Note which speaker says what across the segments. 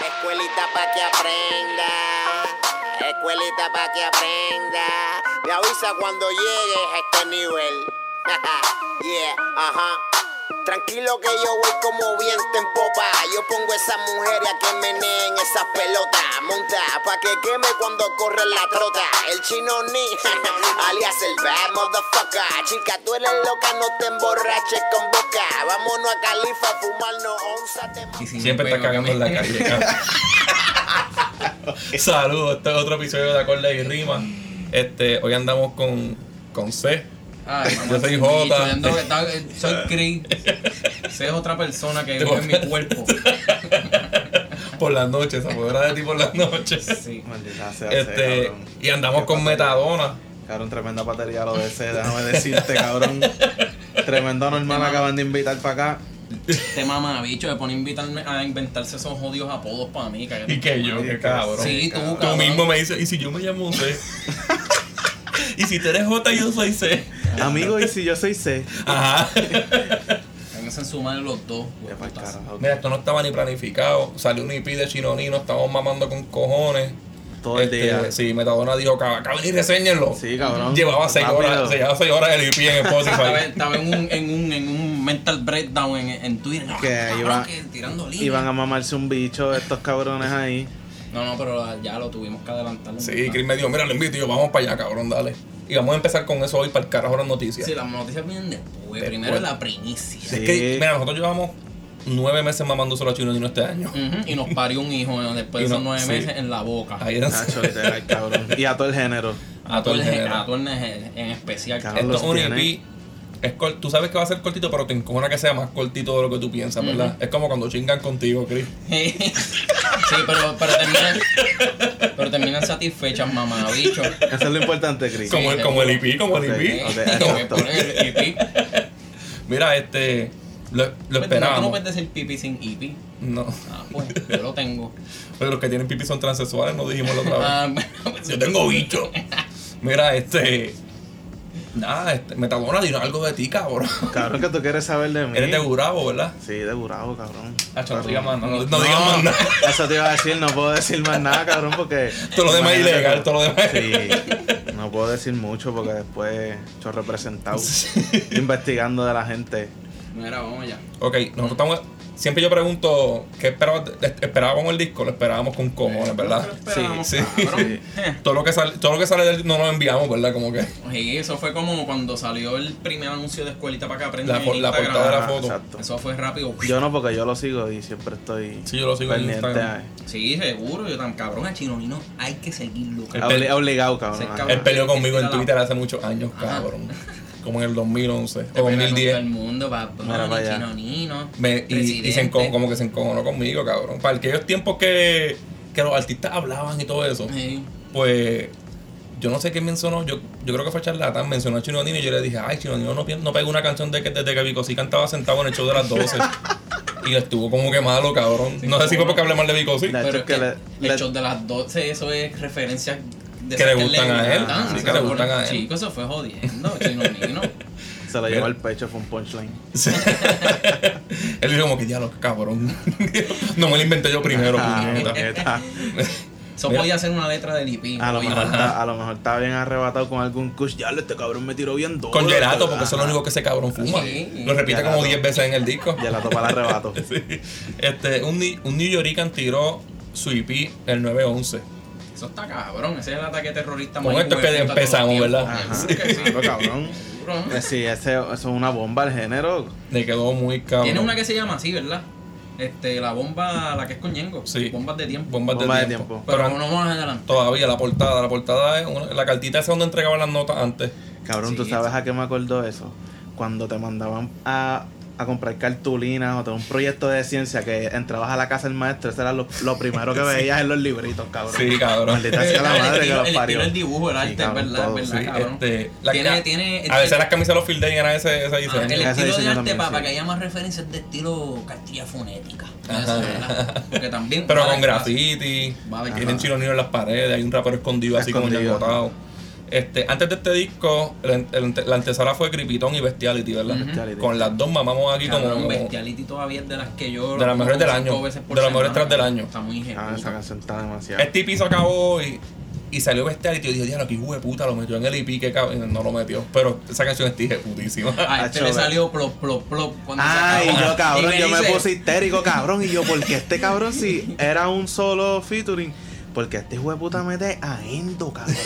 Speaker 1: Escuelita pa' que aprenda. Escuelita pa' que aprenda. Me avisa cuando llegues a este nivel. yeah, ajá. Tranquilo que yo voy como viento en popa. Yo pongo esas mujeres a que meneen esas pelotas. Monta pa' que queme cuando corre la trota. El chino ni, alias el bad motherfucker. Chica, tú eres loca, no te emborraches con boca. Vámonos a Califa a fumarnos onza. Te
Speaker 2: Y si me
Speaker 3: Siempre está
Speaker 2: pego,
Speaker 3: cagando en la
Speaker 2: me-
Speaker 3: calle. cabrón. Saludos, este es otro episodio de Acorde y Rima. Este, hoy andamos con, con C.
Speaker 2: Ay, mamá,
Speaker 3: Yo soy
Speaker 2: sí,
Speaker 3: Jota.
Speaker 2: bicho, yo ando- está- Soy Chris. Esa es otra persona que vive en mi cuerpo.
Speaker 3: por las noches, se apodera de ti por las noches.
Speaker 2: Sí.
Speaker 4: Maldita sea,
Speaker 3: Este,
Speaker 4: cabrón.
Speaker 3: y andamos
Speaker 4: Qué
Speaker 3: con
Speaker 4: patería.
Speaker 3: Metadona.
Speaker 4: Cabrón, tremenda patería lo de ese, déjame decirte, cabrón. Tremenda normal me acaban de invitar para acá.
Speaker 2: Este mamabicho me pone a invitarme a inventarse esos jodidos apodos para mí. cállate.
Speaker 3: Y que yo, que cabrón.
Speaker 2: Sí, tú,
Speaker 4: Tú
Speaker 3: Tú
Speaker 2: cabrón.
Speaker 3: mismo me dices, ¿y si yo me llamo C? ¿Y si tú eres J, yo soy C?
Speaker 4: Amigo, y si yo soy C.
Speaker 3: Ajá.
Speaker 2: Vénganse en su madre los dos.
Speaker 4: Ya pa'l
Speaker 2: putas.
Speaker 4: carajo.
Speaker 3: Mira, esto no estaba ni planificado. Salió un IP de Chinonino, estamos mamando con cojones.
Speaker 4: Todo el
Speaker 3: Este,
Speaker 4: día.
Speaker 3: Sí, Metadona dijo, "Cab- cabrón, y reséñenlo.
Speaker 4: Sí, cabrón.
Speaker 3: Llevaba seis
Speaker 4: Rápido.
Speaker 3: horas, se llevaba seis horas el IP en
Speaker 2: Estaba,
Speaker 3: Spotify.
Speaker 2: estaba en, un, en, un, en un mental breakdown en, en Twitter. No,
Speaker 4: Que
Speaker 2: cabrón,
Speaker 4: iba-
Speaker 2: que tirando líneas.
Speaker 4: Iban a mamarse un bicho estos cabrones ahí.
Speaker 2: No, no, pero ya lo tuvimos que adelantar.
Speaker 3: sí, Chris me dijo, mira, lo invito y yo, vamos para allá, cabrón, dale. Y vamos a empezar con eso hoy para el carajo las noticias.
Speaker 2: Sí, las noticias vienen después. Primero
Speaker 3: Después.
Speaker 2: la primicia.
Speaker 3: Es
Speaker 4: Sí.
Speaker 3: que, mira, nosotros llevamos nueve meses mamando solo a Chinonino este año.
Speaker 2: Ujú, Y nos parió un hijo ¿no? después
Speaker 3: Y
Speaker 2: de esos
Speaker 3: no-
Speaker 2: nueve
Speaker 3: sí.
Speaker 2: meses en la boca.
Speaker 3: Ahí en-
Speaker 4: Nacho, literal, cabrón. Y a todo el género.
Speaker 3: a todo el
Speaker 2: gen-
Speaker 3: género.
Speaker 2: a todo el gen- en especial.
Speaker 4: Cabrón.
Speaker 3: Esto
Speaker 4: los
Speaker 3: es un
Speaker 4: tiene.
Speaker 3: EP. Es cor- tú sabes que va a ser cortito, pero te encojona que sea más cortito de lo que tú piensas, ¿verdad? Es como cuando chingan contigo, Chris.
Speaker 2: sí, pero, pero terminan, pero terminan satisfechas, mamabicho.
Speaker 4: Eso es lo importante, Chris.
Speaker 3: como, el, como el
Speaker 2: seguro.
Speaker 3: EP, como el E EP.
Speaker 4: Ok. Ok.
Speaker 2: Te voy a poner el hippie.
Speaker 3: Mira, este. Lo, lo
Speaker 2: Pues, no, tú no
Speaker 3: esperábamos.
Speaker 2: puedes decir pipi sin hippie.
Speaker 3: No,
Speaker 2: Ah, pues, yo lo tengo.
Speaker 3: pero los que tienen pipi son transexuales, no dijimos la otra vez.
Speaker 2: Ah, bueno,
Speaker 3: Yo tengo bicho. Mira, este. Nada, este, Metadona, dinos algo de ti, cabrón.
Speaker 4: Cabrón, que tú quieres saber de mí.
Speaker 3: Eres de Gurabo, ¿verdad?
Speaker 4: Sí, de Gurabo, cabrón.
Speaker 2: Ah,
Speaker 3: Nacho, no
Speaker 4: Cabrón.
Speaker 3: digas más, no, no
Speaker 4: No,
Speaker 3: digas más nada.
Speaker 4: Eso te iba a decir, no puedo decir más nada, cabrón, porque.
Speaker 3: Todo lo demás es
Speaker 4: Imagínate,
Speaker 3: ilegal, todo lo demás es
Speaker 4: Sí. No puedo decir mucho porque después yo representado investigando de la gente.
Speaker 2: Mira, vamos allá.
Speaker 3: Ok, nosotros estamos. Siempre yo pregunto, ¿qué esperabas? ¿Esperábamos el disco? Lo esperábamos con cojones, ¿verdad?
Speaker 2: Esperábamos,
Speaker 3: Sí,
Speaker 2: cabrón.
Speaker 3: Todo lo que sale, todo lo que sale del- no lo enviamos, ¿verdad? Como que.
Speaker 2: Sí, eso fue como cuando salió el primer anuncio de escuelita para que aprendan.
Speaker 3: La
Speaker 2: en
Speaker 3: por- la
Speaker 2: Instagram.
Speaker 3: portada de la
Speaker 4: Ajá,
Speaker 3: foto.
Speaker 4: Exacto.
Speaker 2: Eso fue rápido.
Speaker 4: Yo no, porque yo lo sigo y siempre estoy
Speaker 3: Sí, yo lo sigo en
Speaker 4: pendiente
Speaker 3: Instagram.
Speaker 4: a-
Speaker 2: Sí, seguro, yo tan cabrón a Chinonino hay que seguirlo.
Speaker 3: El
Speaker 2: cabrón.
Speaker 3: peli-
Speaker 4: obli- obligado,
Speaker 2: Sí,
Speaker 4: cabrón. ajá.
Speaker 2: cabrón.
Speaker 3: Él peleó conmigo en
Speaker 2: Tira la-
Speaker 3: Twitter hace muchos años,
Speaker 2: Ajá.
Speaker 3: cabrón. Como en el 2011 o
Speaker 2: Te pega con todo el
Speaker 3: 2010.
Speaker 2: mundo, Bad Bunny,
Speaker 4: Mira para allá.
Speaker 2: Chinonino,
Speaker 3: Me- y y se
Speaker 2: Residente.
Speaker 3: enco- como que se encojonó conmigo, cabrón. Para aquellos tiempos que, que los artistas hablaban y todo eso,
Speaker 2: Sí.
Speaker 3: pues yo no sé qué mencionó. Yo, yo creo que fue Charlatán, mencionó a Chinonino y yo le dije, ay, Chinonino no, pi- no pegó una canción de que, desde que Bicosí cantaba sentado en el show de las 12. y estuvo como que malo, cabrón.
Speaker 2: Sí,
Speaker 3: no sé si fue
Speaker 2: cabrón.
Speaker 3: porque hablé mal de Bicosí.
Speaker 4: La-
Speaker 2: Pero es
Speaker 4: Esto es
Speaker 2: que
Speaker 4: que le-
Speaker 2: el
Speaker 4: le-
Speaker 2: show de las 12, eso es referencias de
Speaker 3: Que
Speaker 2: esas
Speaker 3: le gustan a él,
Speaker 2: gustan,
Speaker 4: sí,
Speaker 2: o
Speaker 4: que le
Speaker 2: sea,
Speaker 3: gustan a él.
Speaker 2: Chico, eso fue jodiendo, Chinonino.
Speaker 4: Se lo llevó
Speaker 3: Mira.
Speaker 4: al pecho, fue un punchline.
Speaker 3: Él dijo como que ya lo cabrón. no me lo inventé yo primero,
Speaker 4: Ah,
Speaker 3: puñeta.
Speaker 4: puñeta.
Speaker 2: Eso
Speaker 3: Mira.
Speaker 2: podía ser una letra del IP.
Speaker 4: A Ah, lo,
Speaker 2: oye.
Speaker 4: mejor está, a lo mejor estaba bien arrebatado con algún kush. Ya, este cabrón me tiró bien duro.
Speaker 3: Con gelato, porque eso
Speaker 4: Ajá.
Speaker 3: es lo único que ese cabrón fuma.
Speaker 2: Sí.
Speaker 3: Lo repite
Speaker 4: Gelato.
Speaker 3: como 10 veces en el disco.
Speaker 4: Gelato para el arrebato.
Speaker 3: Sí. Este, un, ni- un New Yorican tiró su IP el 911.
Speaker 2: Eso está cabrón, ese es el ataque terrorista
Speaker 3: Con
Speaker 2: más
Speaker 3: esto es que
Speaker 2: hijueputa de todos los
Speaker 3: empezamos,
Speaker 2: tiempos. Seguro
Speaker 3: ¿verdad?
Speaker 4: Ajá.
Speaker 2: que sí.
Speaker 4: Claro, cabrón.
Speaker 2: Seguro, ¿no?
Speaker 4: Eh, Sí, ese, eso es una bomba al género.
Speaker 3: Le quedó muy cabrón.
Speaker 2: Tiene una que se llama así, ¿verdad? Este, la bomba, la que es con Ñengo.
Speaker 3: Sí.
Speaker 2: Bombas de tiempo.
Speaker 3: Bombas de
Speaker 4: Bomba de
Speaker 3: tiempo.
Speaker 4: tiempo.
Speaker 2: Pero,
Speaker 3: Pero
Speaker 2: no vamos a adelantar.
Speaker 3: todavía la portada. La portada es una- la cartita esa donde entregaban las notas antes.
Speaker 4: Cabrón, ¿tú
Speaker 2: Sí,
Speaker 4: sabes
Speaker 2: sí.
Speaker 4: a qué me acordó eso? Cuando te mandaban a, a comprar cartulinas o te un proyecto de ciencia que entrabas a la casa del maestro, eso era lo, lo primero que veías en los libritos, cabrón.
Speaker 3: Sí, cabrón.
Speaker 4: Maldita sea la
Speaker 2: Eh, El
Speaker 4: madre que
Speaker 2: estilo-
Speaker 4: los
Speaker 2: el
Speaker 4: parió.
Speaker 2: estilo, el dibujo, el arte,
Speaker 4: cabrón,
Speaker 2: ¿verdad?
Speaker 4: todo,
Speaker 2: ¿verdad?
Speaker 3: Sí,
Speaker 2: cabrón.
Speaker 3: este, la-
Speaker 2: Tiene- tiene- este-
Speaker 3: a veces las camisas de los Field Day eran ese, ese
Speaker 2: Ah,
Speaker 3: diseño.
Speaker 2: el
Speaker 4: Ese
Speaker 2: estilo de
Speaker 4: diseño
Speaker 2: arte
Speaker 4: también,
Speaker 2: para,
Speaker 4: sí.
Speaker 2: que haya más referencias de estilo cartilla fonética.
Speaker 3: Ajá.
Speaker 2: Eso, ¿verdad? Porque también.
Speaker 3: Pero
Speaker 2: va
Speaker 3: con
Speaker 2: de clase.
Speaker 3: graffiti,
Speaker 2: Va de
Speaker 3: tienen
Speaker 2: clase.
Speaker 3: chinonino en las paredes, hay un rapero escondido así como ya
Speaker 4: Escondido.
Speaker 3: agotado. Este, antes de este disco, el ante- el ante- la antesala fue Creepitón y Bestiality, ¿verdad?
Speaker 2: Ujú.
Speaker 4: Bestiality.
Speaker 3: Con las dos mamamos aquí
Speaker 2: Cabrón,
Speaker 3: como, como-
Speaker 2: Bestiality todavía es de las que yo.
Speaker 3: De las mejores del
Speaker 2: como
Speaker 3: año.
Speaker 2: cinco veces por
Speaker 3: De las mejores
Speaker 2: semana,
Speaker 3: tras del
Speaker 2: cabrón.
Speaker 3: año.
Speaker 2: Está muy
Speaker 4: Ah, esa
Speaker 2: ejecuta.
Speaker 4: canción está demasiado.
Speaker 3: Este EP se acabó y, y salió Bestiality. Yo dije, diablo, qué hijo de puta, lo metió en el EP, que cabrón. No lo metió, pero esa canción es dije putísima.
Speaker 2: A este
Speaker 4: Acho,
Speaker 2: le
Speaker 4: ve.
Speaker 2: salió plop, plop, plop. cuando se
Speaker 4: ah, Ay,
Speaker 2: acabó.
Speaker 4: yo cabrón,
Speaker 2: Y
Speaker 4: yo me
Speaker 2: dice,
Speaker 4: puse histérico, cabrón. Y yo, porque este cabrón si era un solo featuring? Porque este hijo de puta mete a Endo, cabrón.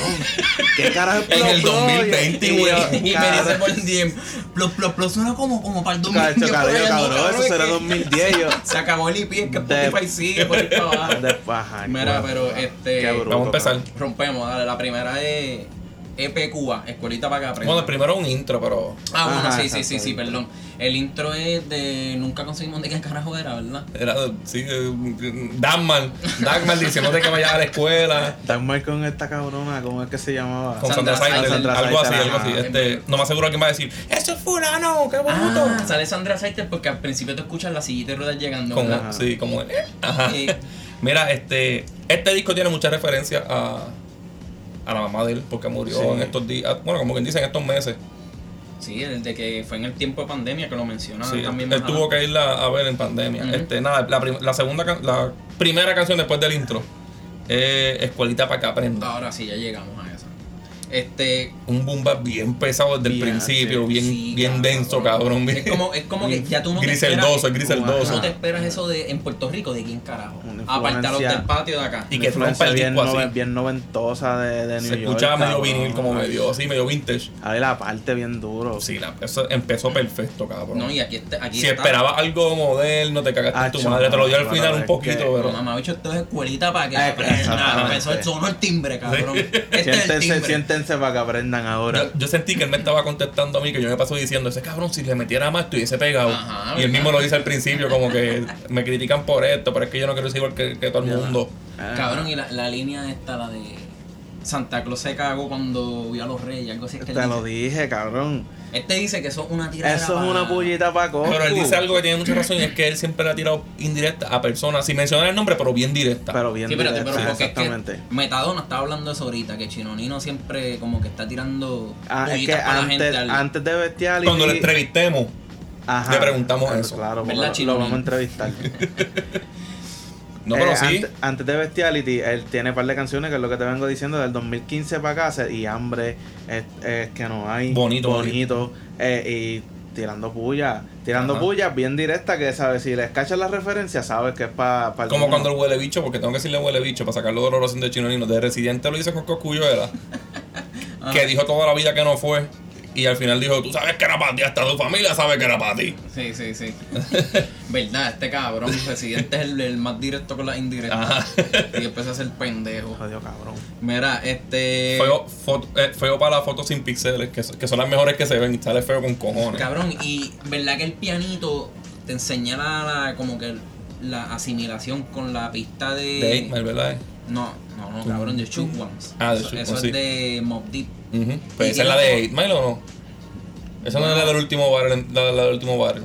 Speaker 4: ¿Qué carajo es
Speaker 3: En el
Speaker 4: Plop Plop?
Speaker 3: 2020,
Speaker 4: Y yo,
Speaker 3: güey.
Speaker 2: Y me dice
Speaker 4: cabrón,
Speaker 2: por el DM, plop, plop, plop, suena como, como para el
Speaker 4: cacho,
Speaker 2: 2010.
Speaker 4: cabrón,
Speaker 2: por ahí,
Speaker 4: cabrón,
Speaker 2: cabrón,
Speaker 4: eso
Speaker 2: es
Speaker 4: será
Speaker 2: que
Speaker 4: 2010. Yo,
Speaker 2: Se acabó el IP, es que
Speaker 4: De-
Speaker 2: Spotify sigue por ahí para abajo.
Speaker 4: de- ajá,
Speaker 2: Mira,
Speaker 4: cabrón.
Speaker 2: pero este.
Speaker 4: Qué bruto,
Speaker 3: Vamos a empezar.
Speaker 4: cabrón.
Speaker 2: Rompemos, dale. La primera es EP Cuba, Escuelita para que aprendas.
Speaker 3: Bueno, primero un intro, pero.
Speaker 2: Ah, bueno,
Speaker 4: Ajá,
Speaker 2: sí, sí, sí,
Speaker 4: exacto,
Speaker 2: sí,
Speaker 4: intro.
Speaker 2: perdón. El intro es de Nunca conseguimos de qué carajo era, ¿verdad?
Speaker 3: Era, sí, eh, Dagmar, Dagmar diciéndote que vayas a la escuela.
Speaker 4: Dan mal con esta cabrona, ¿cómo es que se llamaba?
Speaker 3: Con Sandra
Speaker 2: Sandra
Speaker 3: Sainz,
Speaker 4: Sainz, Sandra
Speaker 3: algo así,
Speaker 4: Sainz,
Speaker 3: algo así.
Speaker 2: ajá.
Speaker 3: Este, no me aseguro quién va a decir, ¡Eso es fulano! ¡Qué bonito!
Speaker 2: Ah, sale Sandra Saiter porque al principio te escuchas la sillita de ruedas llegando,
Speaker 3: como,
Speaker 2: ¿verdad?
Speaker 3: sí, como eh, ajá.
Speaker 2: Eh.
Speaker 3: Mira, este, este disco tiene muchas referencias a, a la mamá de él, porque murió
Speaker 4: Sí.
Speaker 3: en estos días, bueno, como quien dice, en estos meses.
Speaker 2: Sí, el de que fue en el tiempo de pandemia que lo mencionaban
Speaker 3: Sí,
Speaker 2: también.
Speaker 3: él
Speaker 2: más
Speaker 3: tuvo
Speaker 2: adelante.
Speaker 3: que irla a ver en pandemia.
Speaker 2: Ujú.
Speaker 3: Este, nada, la, prim- la segunda, can- la primera canción después del intro, eh, Escuelita para que aprenda.
Speaker 2: Ahora sí, ya llegamos a esa. Este.
Speaker 3: Un bomba bien pesado desde el
Speaker 4: Bien,
Speaker 3: principio,
Speaker 4: sí.
Speaker 3: bien,
Speaker 2: sí,
Speaker 3: bien denso, cabrón. bien-
Speaker 2: Es como, es como que ya tú no te
Speaker 3: Griseldoso,
Speaker 2: esperas-
Speaker 3: es
Speaker 4: Ah,
Speaker 3: griseldoso.
Speaker 2: Tú no te esperas eso de en Puerto Rico de quién carajo.
Speaker 4: Una
Speaker 2: Aparte a los
Speaker 4: influencia.
Speaker 2: del patio de acá.
Speaker 3: Y
Speaker 4: Una
Speaker 3: que
Speaker 4: influencia
Speaker 3: rompa el
Speaker 4: bien,
Speaker 3: disco así.
Speaker 4: noven- bien noventosa de, de New
Speaker 3: Se
Speaker 4: York.
Speaker 3: escuchaba medio
Speaker 4: cabrón.
Speaker 3: vinil, como medio así, medio vintage.
Speaker 4: Ahí la parte bien duro.
Speaker 3: Sí, la- eso empezó perfecto, cabrón.
Speaker 2: No, y aquí está. Aquí
Speaker 3: si
Speaker 2: está.
Speaker 3: esperabas algo moderno, te cagaste en
Speaker 4: Ah,
Speaker 3: tu
Speaker 4: chamo,
Speaker 3: madre. Te lo dio al
Speaker 4: bueno,
Speaker 3: final un
Speaker 4: es
Speaker 3: poquito,
Speaker 4: que-
Speaker 2: Pero
Speaker 3: pero.
Speaker 2: mamá, bicho, esto es escuelita para que
Speaker 4: Ah,
Speaker 2: aprendan.
Speaker 4: exactamente.
Speaker 2: Empezó el sonó el timbre, cabrón. Este es el
Speaker 4: Siéntense,
Speaker 2: timbre.
Speaker 4: siéntense para que aprendan ahora.
Speaker 3: Yo, yo sentí que él me estaba contestando a mí, que yo me paso diciendo, ese cabrón, si le metiera más, estuviese pegado.
Speaker 2: Ajá,
Speaker 3: y él
Speaker 2: ¿verdad?
Speaker 3: mismo lo dice al principio, como que me critican por esto, pero es que yo no quiero ser igual que, que todo el
Speaker 4: Ya.
Speaker 3: mundo.
Speaker 4: Ah.
Speaker 2: Cabrón, y la, la línea esta, la de Santa Claus se cagó cuando vio a los reyes, algo así. es que él
Speaker 4: Te lo
Speaker 2: este dice.
Speaker 4: dije, cabrón.
Speaker 2: Este dice que eso es una tirada.
Speaker 4: Eso es una pullita para coco.
Speaker 3: Pero él dice algo que tiene mucha razón y es que él siempre le ha tirado indirecta a personas, sin mencionar el nombre, pero bien directa.
Speaker 4: Pero bien
Speaker 2: Sí, espérate,
Speaker 4: directa,
Speaker 2: pero porque es
Speaker 4: exactamente.
Speaker 2: que Metadona estaba hablando de eso ahorita, que Chinonino siempre como que está tirando
Speaker 4: Ah, es que
Speaker 2: pullitas para la
Speaker 4: antes,
Speaker 2: gente. al-
Speaker 4: antes de Bestiality.
Speaker 3: Cuando lo entrevistemos,
Speaker 4: Ajá,
Speaker 3: le preguntamos
Speaker 4: claro,
Speaker 3: eso.
Speaker 4: Claro,
Speaker 2: ¿Verdad,
Speaker 4: porque lo,
Speaker 2: Chino?
Speaker 4: lo vamos a entrevistar.
Speaker 3: no, pero
Speaker 4: Eh,
Speaker 3: sí.
Speaker 4: ante- antes de Bestiality, él tiene un par de canciones, que es lo que te vengo diciendo, del 2015 para acá, se- y hambre, es, es que no hay.
Speaker 3: Bonito,
Speaker 4: Bonito. eh, y tirando puya. Tirando
Speaker 3: Ajá.
Speaker 4: puya bien directa, que sabes, si les cachas la referencia, sabes que es para.
Speaker 3: Como cuando el huele bicho, porque tengo que decirle huele bicho para sacarlo de la oración de Chinonino. De residente lo hizo con Coscuyuela,
Speaker 2: Ah,
Speaker 3: que dijo toda la vida que no fue. Y al final dijo, tú sabes que era para ti, hasta tu familia sabe que era para ti.
Speaker 2: Sí, sí, sí. Verdad, este cabrón, presidente es el, el más directo con las indirectas.
Speaker 3: Ajá.
Speaker 2: Y empezó a ser pendejo.
Speaker 4: Jodido, cabrón.
Speaker 2: Mira, este.
Speaker 3: Feo, foto- eh, feo para las fotos sin píxeles, que, so- que son las mejores que se ven y sale feo con cojones.
Speaker 2: Cabrón, y verdad que el pianito te enseña la, la- como que la asimilación con la pista de.
Speaker 3: De Eggman, ¿verdad?
Speaker 2: No, no, no, cabrón, de Shoot Ones.
Speaker 3: Ah, de
Speaker 2: eso,
Speaker 3: Shoot
Speaker 2: eso
Speaker 3: Ones, sí.
Speaker 2: es de Mob Deep.
Speaker 3: Ujú. Pues
Speaker 2: Y
Speaker 3: esa es la
Speaker 2: tiene
Speaker 3: de
Speaker 2: como-
Speaker 3: Eggman o no? Esa no es la del último barrio. La, la del último barrio.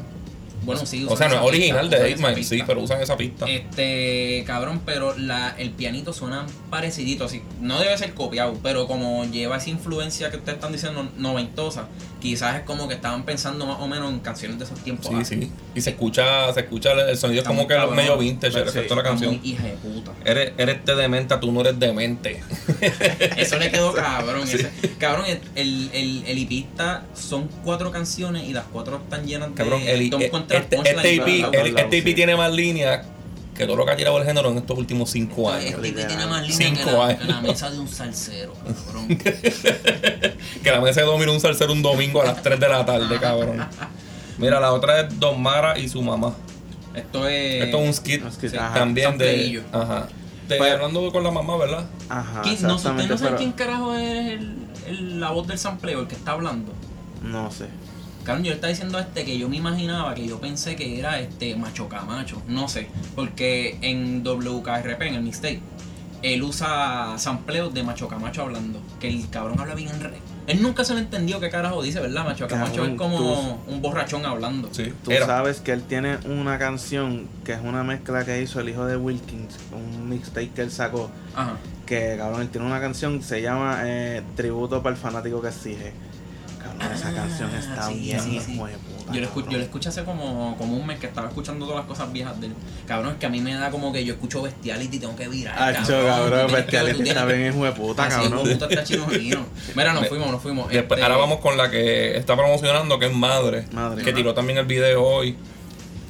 Speaker 2: Bueno, sí,
Speaker 3: O sea,
Speaker 2: usan
Speaker 3: no es
Speaker 2: esa
Speaker 3: original
Speaker 2: pista,
Speaker 3: de
Speaker 2: usan esa
Speaker 3: Eggman, sí,
Speaker 2: pista.
Speaker 3: pero usan esa pista.
Speaker 2: Este, cabrón, pero la, el pianito suena parecidito, así. No debe ser copiado, pero como lleva esa influencia que ustedes están diciendo noventosa, quizás es como que estaban pensando más o menos en canciones de esos tiempos.
Speaker 3: Sí, sí. Y se escucha, se escucha el- el sonido es
Speaker 2: Está
Speaker 3: como
Speaker 2: muy
Speaker 3: que
Speaker 2: cabrón.
Speaker 3: medio vintage, el
Speaker 4: Sí,
Speaker 3: efecto de la
Speaker 2: Está muy
Speaker 3: canción.
Speaker 2: hija de puta.
Speaker 3: Eres, eres de dementa, tú no eres demente.
Speaker 2: Eso le quedó cabrón. ese- cabrón, el, el, el, el IP está- son cuatro canciones y las cuatro están llenas
Speaker 3: Cabrón,
Speaker 2: de.
Speaker 3: el,
Speaker 2: don't
Speaker 3: eh,
Speaker 2: contra
Speaker 3: este,
Speaker 2: punchline,
Speaker 3: este
Speaker 2: bla,
Speaker 3: EP,
Speaker 2: bla,
Speaker 4: bla,
Speaker 3: el-
Speaker 4: bla,
Speaker 3: este EP
Speaker 4: sí.
Speaker 3: tiene más líneas que todo lo que ha tirado el género en estos últimos cinco
Speaker 2: bla.
Speaker 3: años.
Speaker 2: Este IP tiene más líneas que
Speaker 3: Cinco
Speaker 2: la,
Speaker 3: años.
Speaker 2: que la mesa de un salsero, cabrón.
Speaker 3: Que la mesa de dominó un salsero un domingo a las 3 de la
Speaker 2: Ah.
Speaker 3: tarde, cabrón. Mira, la otra es Don Mara y su mamá.
Speaker 2: Esto es.
Speaker 3: Esto es un skit
Speaker 4: un skit, ajá.
Speaker 3: también de.
Speaker 2: Sampleillo.
Speaker 3: Ajá. De,
Speaker 4: Pues-
Speaker 3: hablando con la mamá, ¿verdad?
Speaker 4: Ajá.
Speaker 2: ¿Quién- no, sé, ¿Ustedes
Speaker 4: Ah, exactamente,
Speaker 2: no saben
Speaker 4: pero-
Speaker 2: quién carajo es el, el- la voz del sampleo, el que está hablando?
Speaker 4: No sé.
Speaker 2: Cabrón, yo le estaba diciendo a este que yo me imaginaba, que yo pensé que era este Macho Camacho, no sé, porque en WKRP, en el Mistake, él usa sampleos de Macho Camacho hablando, que el cabrón habla bien en re- Él nunca se le entendió qué carajo dice, ¿verdad, macho? Que macho es
Speaker 4: Cabrón,
Speaker 2: como un borrachón hablando.
Speaker 3: Sí,
Speaker 4: Tú
Speaker 3: era.
Speaker 4: sabes que él tiene una canción que es una mezcla que hizo el hijo de Wilkins, un mixtape que él sacó.
Speaker 2: Ajá.
Speaker 4: Que cabrón, él tiene una canción que se llama eh, Tributo para el fanático que exige. Cabrón, esa canción está
Speaker 2: Ah, sí,
Speaker 4: bien,
Speaker 2: sí, sí.
Speaker 4: hueputa,
Speaker 2: Yo lo, escu- yo lo
Speaker 4: cabrón.
Speaker 2: escuché hace como, como un mes que estaba escuchando todas las cosas viejas de él. Cabrón, es que a mí me da como que yo escucho bestiality y tengo que virar.
Speaker 4: Acho,
Speaker 2: Tú
Speaker 4: cabrón,
Speaker 2: tienes que- tú
Speaker 4: bestiality
Speaker 2: tienes
Speaker 4: está
Speaker 2: que-
Speaker 4: bien, hijo de puta,
Speaker 2: Así es,
Speaker 4: cabrón.
Speaker 2: como puta está chino genuino. Mira, nos fuimos, nos fuimos.
Speaker 3: Después,
Speaker 2: Este,
Speaker 3: ahora vamos con la que está promocionando, que es Madre.
Speaker 4: Madre.
Speaker 3: que tiró también el video hoy.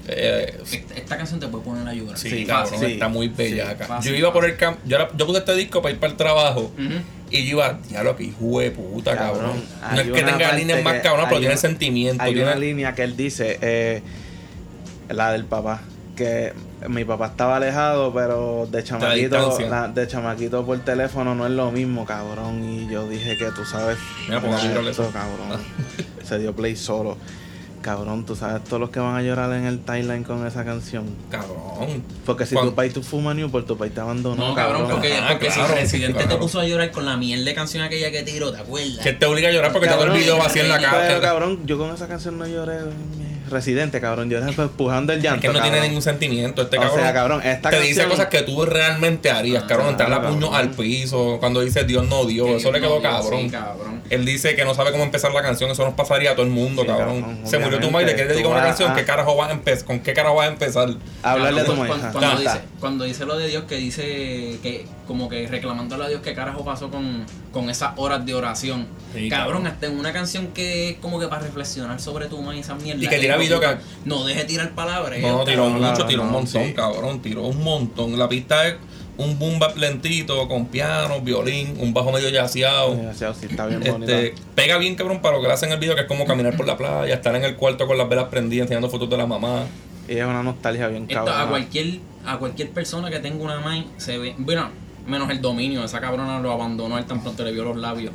Speaker 3: Eh,
Speaker 2: Esta, este, esta canción te puede poner a llorar.
Speaker 3: sí,
Speaker 4: Sí,
Speaker 3: cabrón,
Speaker 4: fácil.
Speaker 3: está muy
Speaker 4: Sí,
Speaker 3: bellaca.
Speaker 2: fácil,
Speaker 3: yo iba por
Speaker 2: fácil.
Speaker 3: el cam yo, era- yo puse este disco para ir para el trabajo.
Speaker 2: Ujú.
Speaker 3: Y yo iba, diablo, que hijo de puta, cabrón.
Speaker 4: Cabrón,
Speaker 3: No
Speaker 4: hay
Speaker 3: es que
Speaker 4: una
Speaker 3: tenga
Speaker 4: parte
Speaker 3: líneas más
Speaker 4: que-
Speaker 3: cabrón, pero
Speaker 4: hay
Speaker 3: tiene
Speaker 4: una-
Speaker 3: sentimiento.
Speaker 4: Hay una
Speaker 3: Tiene,
Speaker 4: línea que él dice, eh, la del papá, que mi papá estaba alejado, pero de chamaquito,
Speaker 3: distancia.
Speaker 4: la- de chamaquito por teléfono no es lo mismo, cabrón. Y yo dije que tú sabes,
Speaker 3: Mira, ponga
Speaker 4: mira
Speaker 3: vibrable.
Speaker 4: esto, cabrón.
Speaker 3: Ah.
Speaker 4: Se dio play solo. Cabrón, tú sabes todos los que van a llorar en el timeline con esa canción.
Speaker 3: cabrón.
Speaker 4: Porque si
Speaker 3: Cuan-
Speaker 4: tu país tú fumas New, por tu país te abandonó,
Speaker 2: No, cabrón, porque,
Speaker 3: Ah,
Speaker 2: porque
Speaker 3: claro,
Speaker 2: si Residente
Speaker 3: claro.
Speaker 2: te puso a llorar con la mierda de canción aquella que tiró, ¿te acuerdas?
Speaker 3: Que él te obliga a llorar porque te todo
Speaker 4: Cabrón,
Speaker 3: el video vacío en la
Speaker 4: Pero,
Speaker 3: cara.
Speaker 4: cabrón, yo con esa canción no lloré. Residente, cabrón, yo estaba empujando el llanto.
Speaker 3: Que no tiene
Speaker 4: cabrón.
Speaker 3: ningún sentimiento. Este
Speaker 4: O
Speaker 3: cabrón.
Speaker 4: sea, cabrón, esta
Speaker 3: te
Speaker 4: canción... Ah,
Speaker 3: dice cosas que tú realmente harías, cabrón. Entrar la
Speaker 4: cabrón.
Speaker 3: puño al piso. Cuando dice Dios no Dios,
Speaker 2: Que
Speaker 3: eso le quedó
Speaker 2: no, Dios,
Speaker 3: cabrón.
Speaker 2: sí, cabrón.
Speaker 3: Él dice que no sabe cómo empezar la canción, eso nos pasaría a todo el mundo,
Speaker 4: Sí,
Speaker 3: cabrón.
Speaker 4: cabrón,
Speaker 3: Se murió tu
Speaker 4: obviamente,
Speaker 3: madre, que le diga
Speaker 4: tú
Speaker 3: una
Speaker 4: vas
Speaker 3: canción,
Speaker 4: a-
Speaker 3: ¿qué carajo vas a empezar? ¿Con qué carajo vas a empezar?
Speaker 4: Hablarle a tu
Speaker 2: Cabrón, cuando,
Speaker 4: maestra.
Speaker 2: cuando
Speaker 3: Ya
Speaker 2: dice,
Speaker 4: está.
Speaker 2: cuando dice lo de Dios, que dice que como que reclamándole a Dios qué carajo pasó con, con esas horas de oración.
Speaker 3: Sí,
Speaker 2: cabrón,
Speaker 3: cabrón.
Speaker 2: hasta en una canción que es como que para reflexionar sobre tu madre y esa mierda.
Speaker 3: Y que tira video que-
Speaker 2: No deje tirar palabras.
Speaker 3: No, tiró
Speaker 4: cabrón,
Speaker 3: mucho, tiró un
Speaker 4: no,
Speaker 3: montón,
Speaker 4: sí.
Speaker 3: cabrón, tiró un montón. La pista es un boom bap lentito, con piano, violín, un bajo medio yaceado.
Speaker 4: Demasiado, sí, está bien
Speaker 3: Este,
Speaker 4: bonita.
Speaker 3: pega bien cabrón para lo que le hacen en el video, que es como caminar por la playa, estar en el cuarto con las velas prendidas, enseñando fotos de la mamá.
Speaker 4: Y es una nostalgia bien
Speaker 2: Esto a
Speaker 4: cabrón.
Speaker 2: cualquier, a cualquier persona que tenga una main se ve. Bueno, menos el dominio, esa cabrona lo abandonó él tan pronto le vio los labios.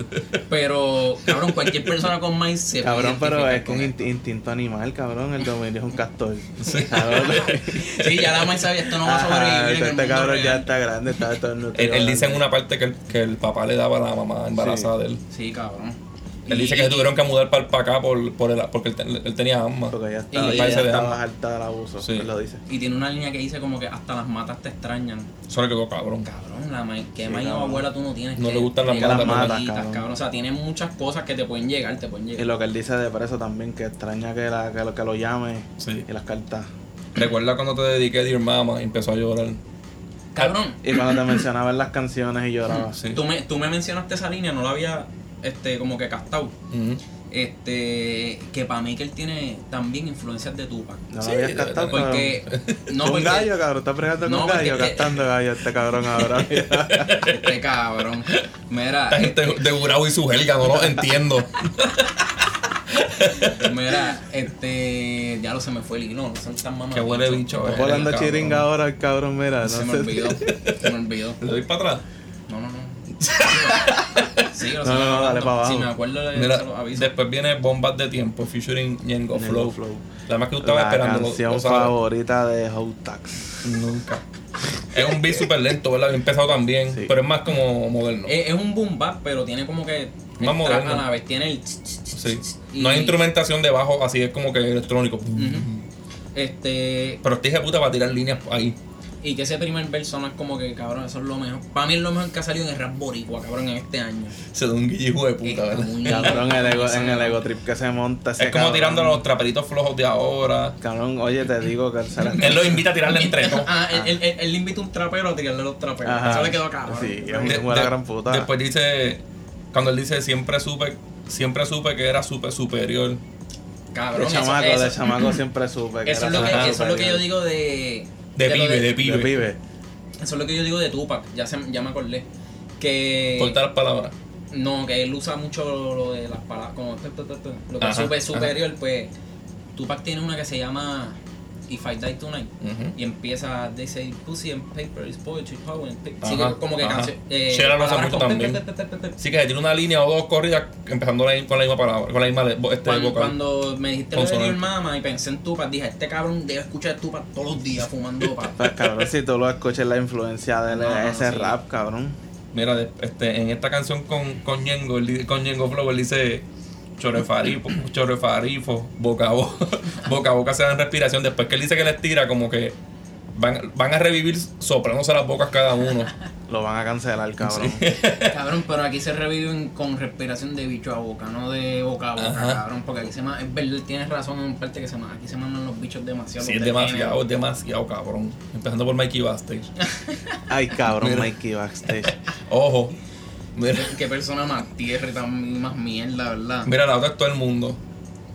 Speaker 2: Pero, cabrón, cualquier persona con main se puede
Speaker 4: Cabrón, pero
Speaker 2: identificar
Speaker 4: es que
Speaker 2: con
Speaker 4: es
Speaker 2: él.
Speaker 4: inti- instinto animal, cabrón. El dominio es un castor.
Speaker 2: Sí, ya la main sabía, esto no va a
Speaker 4: Ajá,
Speaker 2: sobrevivir. en el
Speaker 4: este
Speaker 2: mundo
Speaker 4: cabrón
Speaker 2: real.
Speaker 4: ya está grande, está todo el
Speaker 3: Él, él dice en una parte que el, que el papá le daba a la mamá embarazada de él.
Speaker 2: Sí, cabrón.
Speaker 3: Él dice que se tuvieron que mudar para, acá por, por el- porque él, ten- él tenía asma.
Speaker 4: Porque ya
Speaker 2: Y-
Speaker 4: estaba,
Speaker 2: y-
Speaker 4: ya
Speaker 2: y-
Speaker 4: estaba harta del abuso,
Speaker 3: Sí.
Speaker 4: él lo dice.
Speaker 2: Y tiene una línea que dice como que hasta las matas te extrañan.
Speaker 3: Eso le quedó cabrón.
Speaker 2: Cabrón, la ma que
Speaker 4: Sí,
Speaker 2: maíz o
Speaker 4: cabrón.
Speaker 2: abuela tú no tienes.
Speaker 3: No
Speaker 2: que-
Speaker 3: le gustan las
Speaker 2: que
Speaker 4: matas,
Speaker 2: las
Speaker 4: cabrón.
Speaker 2: matitas, cabrón. O sea, tiene muchas cosas que te pueden llegar, te pueden
Speaker 4: Y
Speaker 2: llegar.
Speaker 4: lo que él dice de preso también, que extraña que, la, que, lo, que lo llame
Speaker 3: Sí.
Speaker 4: y las cartas.
Speaker 3: Recuerda cuando te dediqué Dear Mama y empezó a llorar.
Speaker 2: Cabrón,
Speaker 4: Y cuando te mencionaba en las canciones y lloraba.
Speaker 3: Sí.
Speaker 2: tú me, tú me mencionaste esa línea, no la había este, como que castado.
Speaker 3: Ujú.
Speaker 2: Este, que para mí que él tiene también influencias de Tupac.
Speaker 4: No
Speaker 3: Sí,
Speaker 4: lo habías cantado, cabrón.
Speaker 2: Porque. No,
Speaker 4: Ah. un
Speaker 2: porque.
Speaker 4: gallo, cabrón, está fregando con
Speaker 2: No,
Speaker 4: un
Speaker 2: porque
Speaker 4: gallo,
Speaker 2: es que-
Speaker 4: cantando gallo este cabrón ahora.
Speaker 2: Este cabrón. Mira.
Speaker 3: Esta gente de Burao y su Helga, no los entiendo.
Speaker 2: Mira, este. Ya lo se me fue el hilo, no son tan mamadas.
Speaker 3: Qué huele bicho, eh.
Speaker 4: Está volando
Speaker 3: cabrón.
Speaker 4: chiringa ahora el cabrón, mira. No
Speaker 2: Se me
Speaker 4: sé.
Speaker 2: olvidó. Se me olvidó.
Speaker 3: ¿Le doy para atrás?
Speaker 2: No, no, no. Sí,
Speaker 4: No, no, no, dale pa' abajo.
Speaker 2: Si me acuerdo, de se lo
Speaker 3: Mira,
Speaker 2: aviso.
Speaker 3: después viene Bombas de Tiempo featuring Yengo
Speaker 4: Ñengo
Speaker 3: Flow.
Speaker 4: Flow.
Speaker 3: La más que tú estabas
Speaker 4: La
Speaker 3: esperando. lo-
Speaker 4: canción
Speaker 3: lo sabes.
Speaker 4: favorita de Hotax.
Speaker 3: Nunca. Es un beat súper lento, ¿verdad? Bien pesado también,
Speaker 4: Sí.
Speaker 3: pero es más como moderno.
Speaker 2: Eh, Es, es un boom bap, pero tiene como que.
Speaker 3: Más
Speaker 2: el trap
Speaker 3: moderno.
Speaker 2: a la vez. Tiene el.
Speaker 3: Sí.
Speaker 2: y-
Speaker 3: No hay instrumentación debajo, así es como que electrónico.
Speaker 2: Este.
Speaker 3: Pero este hija de puta va a tirar líneas ahí.
Speaker 2: Y que ese primer verso no es como que, cabrón, eso es lo mejor. Para mí es lo mejor que ha salido en el rap boricua, cabrón, en este año.
Speaker 3: Se da un guille hijo de puta,
Speaker 2: Está
Speaker 3: ¿verdad?
Speaker 2: muy
Speaker 4: Cabrón, el ego- en el
Speaker 2: cabrón.
Speaker 4: ego trip que se monta ese
Speaker 3: Es como
Speaker 4: cabrón.
Speaker 3: tirando los traperitos flojos de ahora.
Speaker 4: Cabrón, oye, te digo que él se la...
Speaker 3: Él los invita a tirarle entre todos.
Speaker 2: Ah, él, él, él, él le invita a un trapero a tirarle los traperos.
Speaker 4: Ajá.
Speaker 2: Eso le quedó cabrón.
Speaker 4: Sí, es
Speaker 3: De-
Speaker 4: un juego de
Speaker 3: de-
Speaker 4: gran puta.
Speaker 3: Después dice, cuando él dice, siempre supe, siempre supe que era súper superior.
Speaker 4: de
Speaker 2: Cabrón, eso-
Speaker 4: chamaco,
Speaker 2: eso-
Speaker 4: de chamaco siempre supe.
Speaker 2: Eso es, lo
Speaker 4: era
Speaker 2: que, eso es lo que yo
Speaker 4: superior.
Speaker 2: digo de.
Speaker 3: De,
Speaker 2: lo
Speaker 3: pibe, de
Speaker 2: de-
Speaker 3: pibe,
Speaker 4: De pibe.
Speaker 2: Eso es lo que yo digo de Tupac, ya, se, ya me acordé. Que.
Speaker 3: Corta las palabras.
Speaker 2: No, que él usa mucho lo, lo de las palabras. Como, tu, tu, tu, tu. lo que
Speaker 3: Ajá,
Speaker 2: es super-
Speaker 3: ajá.
Speaker 2: superior, pues. Tupac tiene una que se llama If I Die Tonight.
Speaker 3: Ujú.
Speaker 2: Y empieza, they say, pussy and paper is poetry, power and paper.
Speaker 3: Ajá,
Speaker 2: Sí, que- como que
Speaker 3: ajá.
Speaker 2: canción.
Speaker 3: Shera lo hace
Speaker 2: palabras
Speaker 3: mucho
Speaker 2: con
Speaker 3: también.
Speaker 2: pe, pe, pe, pe, pe, pe.
Speaker 3: Así que se tira una línea o dos corridas empezando la- con la misma palabra, con la misma le- vo- este,
Speaker 2: Cuando,
Speaker 3: vocal.
Speaker 2: cuando me dijiste lo de
Speaker 3: Consonante.
Speaker 2: Lil Mama y pensé en Tupac, dije, este cabrón debe escuchar Tupac todos los días fumando papas.
Speaker 4: Pues, cabrón, si tú lo escuchas, la influencia de él es
Speaker 2: No, no,
Speaker 4: ese
Speaker 2: sí.
Speaker 4: rap, cabrón.
Speaker 3: Mira, de- este, en esta canción con, con Ñengo, él di- con Ñengo Flow, él dice chorefarifo, chorefarifo, boca a boca, boca a boca se dan respiración. Después que él dice que les tira, como que van, van a revivir soplándose las bocas cada uno.
Speaker 4: Lo van a cancelar, cabrón.
Speaker 2: Cabrón, pero aquí se reviven con respiración de bicho a boca, no de boca a boca,
Speaker 3: Ajá.
Speaker 2: cabrón. Porque aquí se ma- es verdad, tienes razón en parte que se ma- aquí se mandan los bichos demasiado.
Speaker 3: Sí,
Speaker 2: los
Speaker 3: es
Speaker 2: del
Speaker 3: demasiado,
Speaker 2: género.
Speaker 3: es demasiado cabrón. Empezando por Mikey Backstage.
Speaker 4: Ay, cabrón,
Speaker 3: Mira.
Speaker 4: Mikey Backstage.
Speaker 3: Ojo. Mira,
Speaker 2: Qué persona más tierra y tan más mierda, ¿verdad?
Speaker 3: mira la otra es todo el mundo.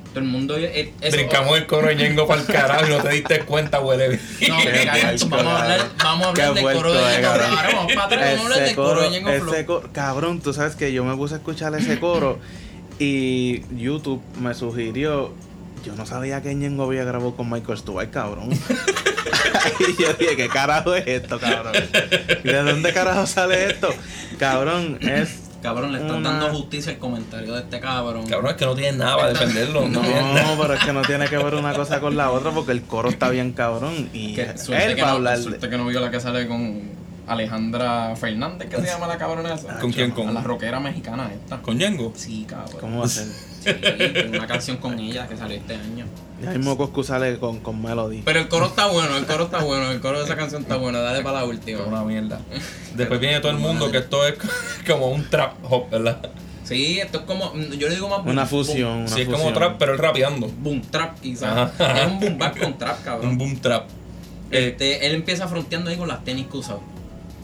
Speaker 2: Todo el mundo. es- es-
Speaker 3: Brincamos el coro de Ñengo para el carajo y no te diste cuenta, huele.
Speaker 2: No,
Speaker 4: Qué
Speaker 2: mira,
Speaker 4: puerco,
Speaker 2: vamos a hablar,
Speaker 4: cabrón.
Speaker 2: vamos a hablar
Speaker 4: Qué
Speaker 2: de coro
Speaker 4: puerco,
Speaker 2: de
Speaker 4: eh,
Speaker 2: Ñengo Flow.
Speaker 4: cabrón.
Speaker 2: Ahora vamos para atrás, vamos a hablar de
Speaker 4: Ese
Speaker 2: coro
Speaker 4: coro,
Speaker 2: de Ñengo Flow.
Speaker 4: ese coro, cabrón, tú sabes que yo me puse a escuchar ese coro y YouTube me sugirió. Yo no sabía que Ñengo había grabado con Michael Stewart, cabrón. y yo dije, ¿qué carajo es esto, cabrón? ¿De dónde carajo sale esto? Cabrón, es.
Speaker 2: Cabrón, le están
Speaker 4: Una-
Speaker 2: dando justicia al comentario de este cabrón.
Speaker 3: Cabrón, es que no tiene nada para defenderlo.
Speaker 4: No,
Speaker 3: No, tiene nada.
Speaker 4: pero es que no tiene que ver una cosa con la otra porque el coro está bien cabrón y
Speaker 2: Que
Speaker 4: él
Speaker 2: suerte, que
Speaker 4: va a
Speaker 2: no,
Speaker 4: hablar de-
Speaker 2: suerte que no vio la que sale con Alejandra Fernández, que se llama la cabrona
Speaker 4: Ah,
Speaker 2: esa.
Speaker 3: ¿Con quién? Con,
Speaker 2: la rockera mexicana esta.
Speaker 3: con Ñengo.
Speaker 2: Sí, cabrón.
Speaker 4: ¿Cómo va a ser?
Speaker 2: Sí, tiene una canción con ella que salió este año.
Speaker 4: Ya mismo Coscu sale con, con Melody.
Speaker 2: Pero el coro está bueno, el coro está bueno, el coro de esa canción está bueno. Dale para la
Speaker 3: Esto es
Speaker 2: última.
Speaker 3: una mierda. Después viene todo el mundo que esto es como un trap hop, ¿verdad?
Speaker 2: Sí, esto es como, mm, yo le digo más boom,
Speaker 4: Una fusión. Una
Speaker 3: Sí, es como
Speaker 4: fusión.
Speaker 3: trap, pero él rapeando.
Speaker 2: Boom, boom trap, quizás.
Speaker 3: Ajá.
Speaker 2: Es un boom back con trap, cabrón.
Speaker 3: Un boom trap. Eh,
Speaker 2: Este, él empieza fronteando ahí con las tenis que usaba.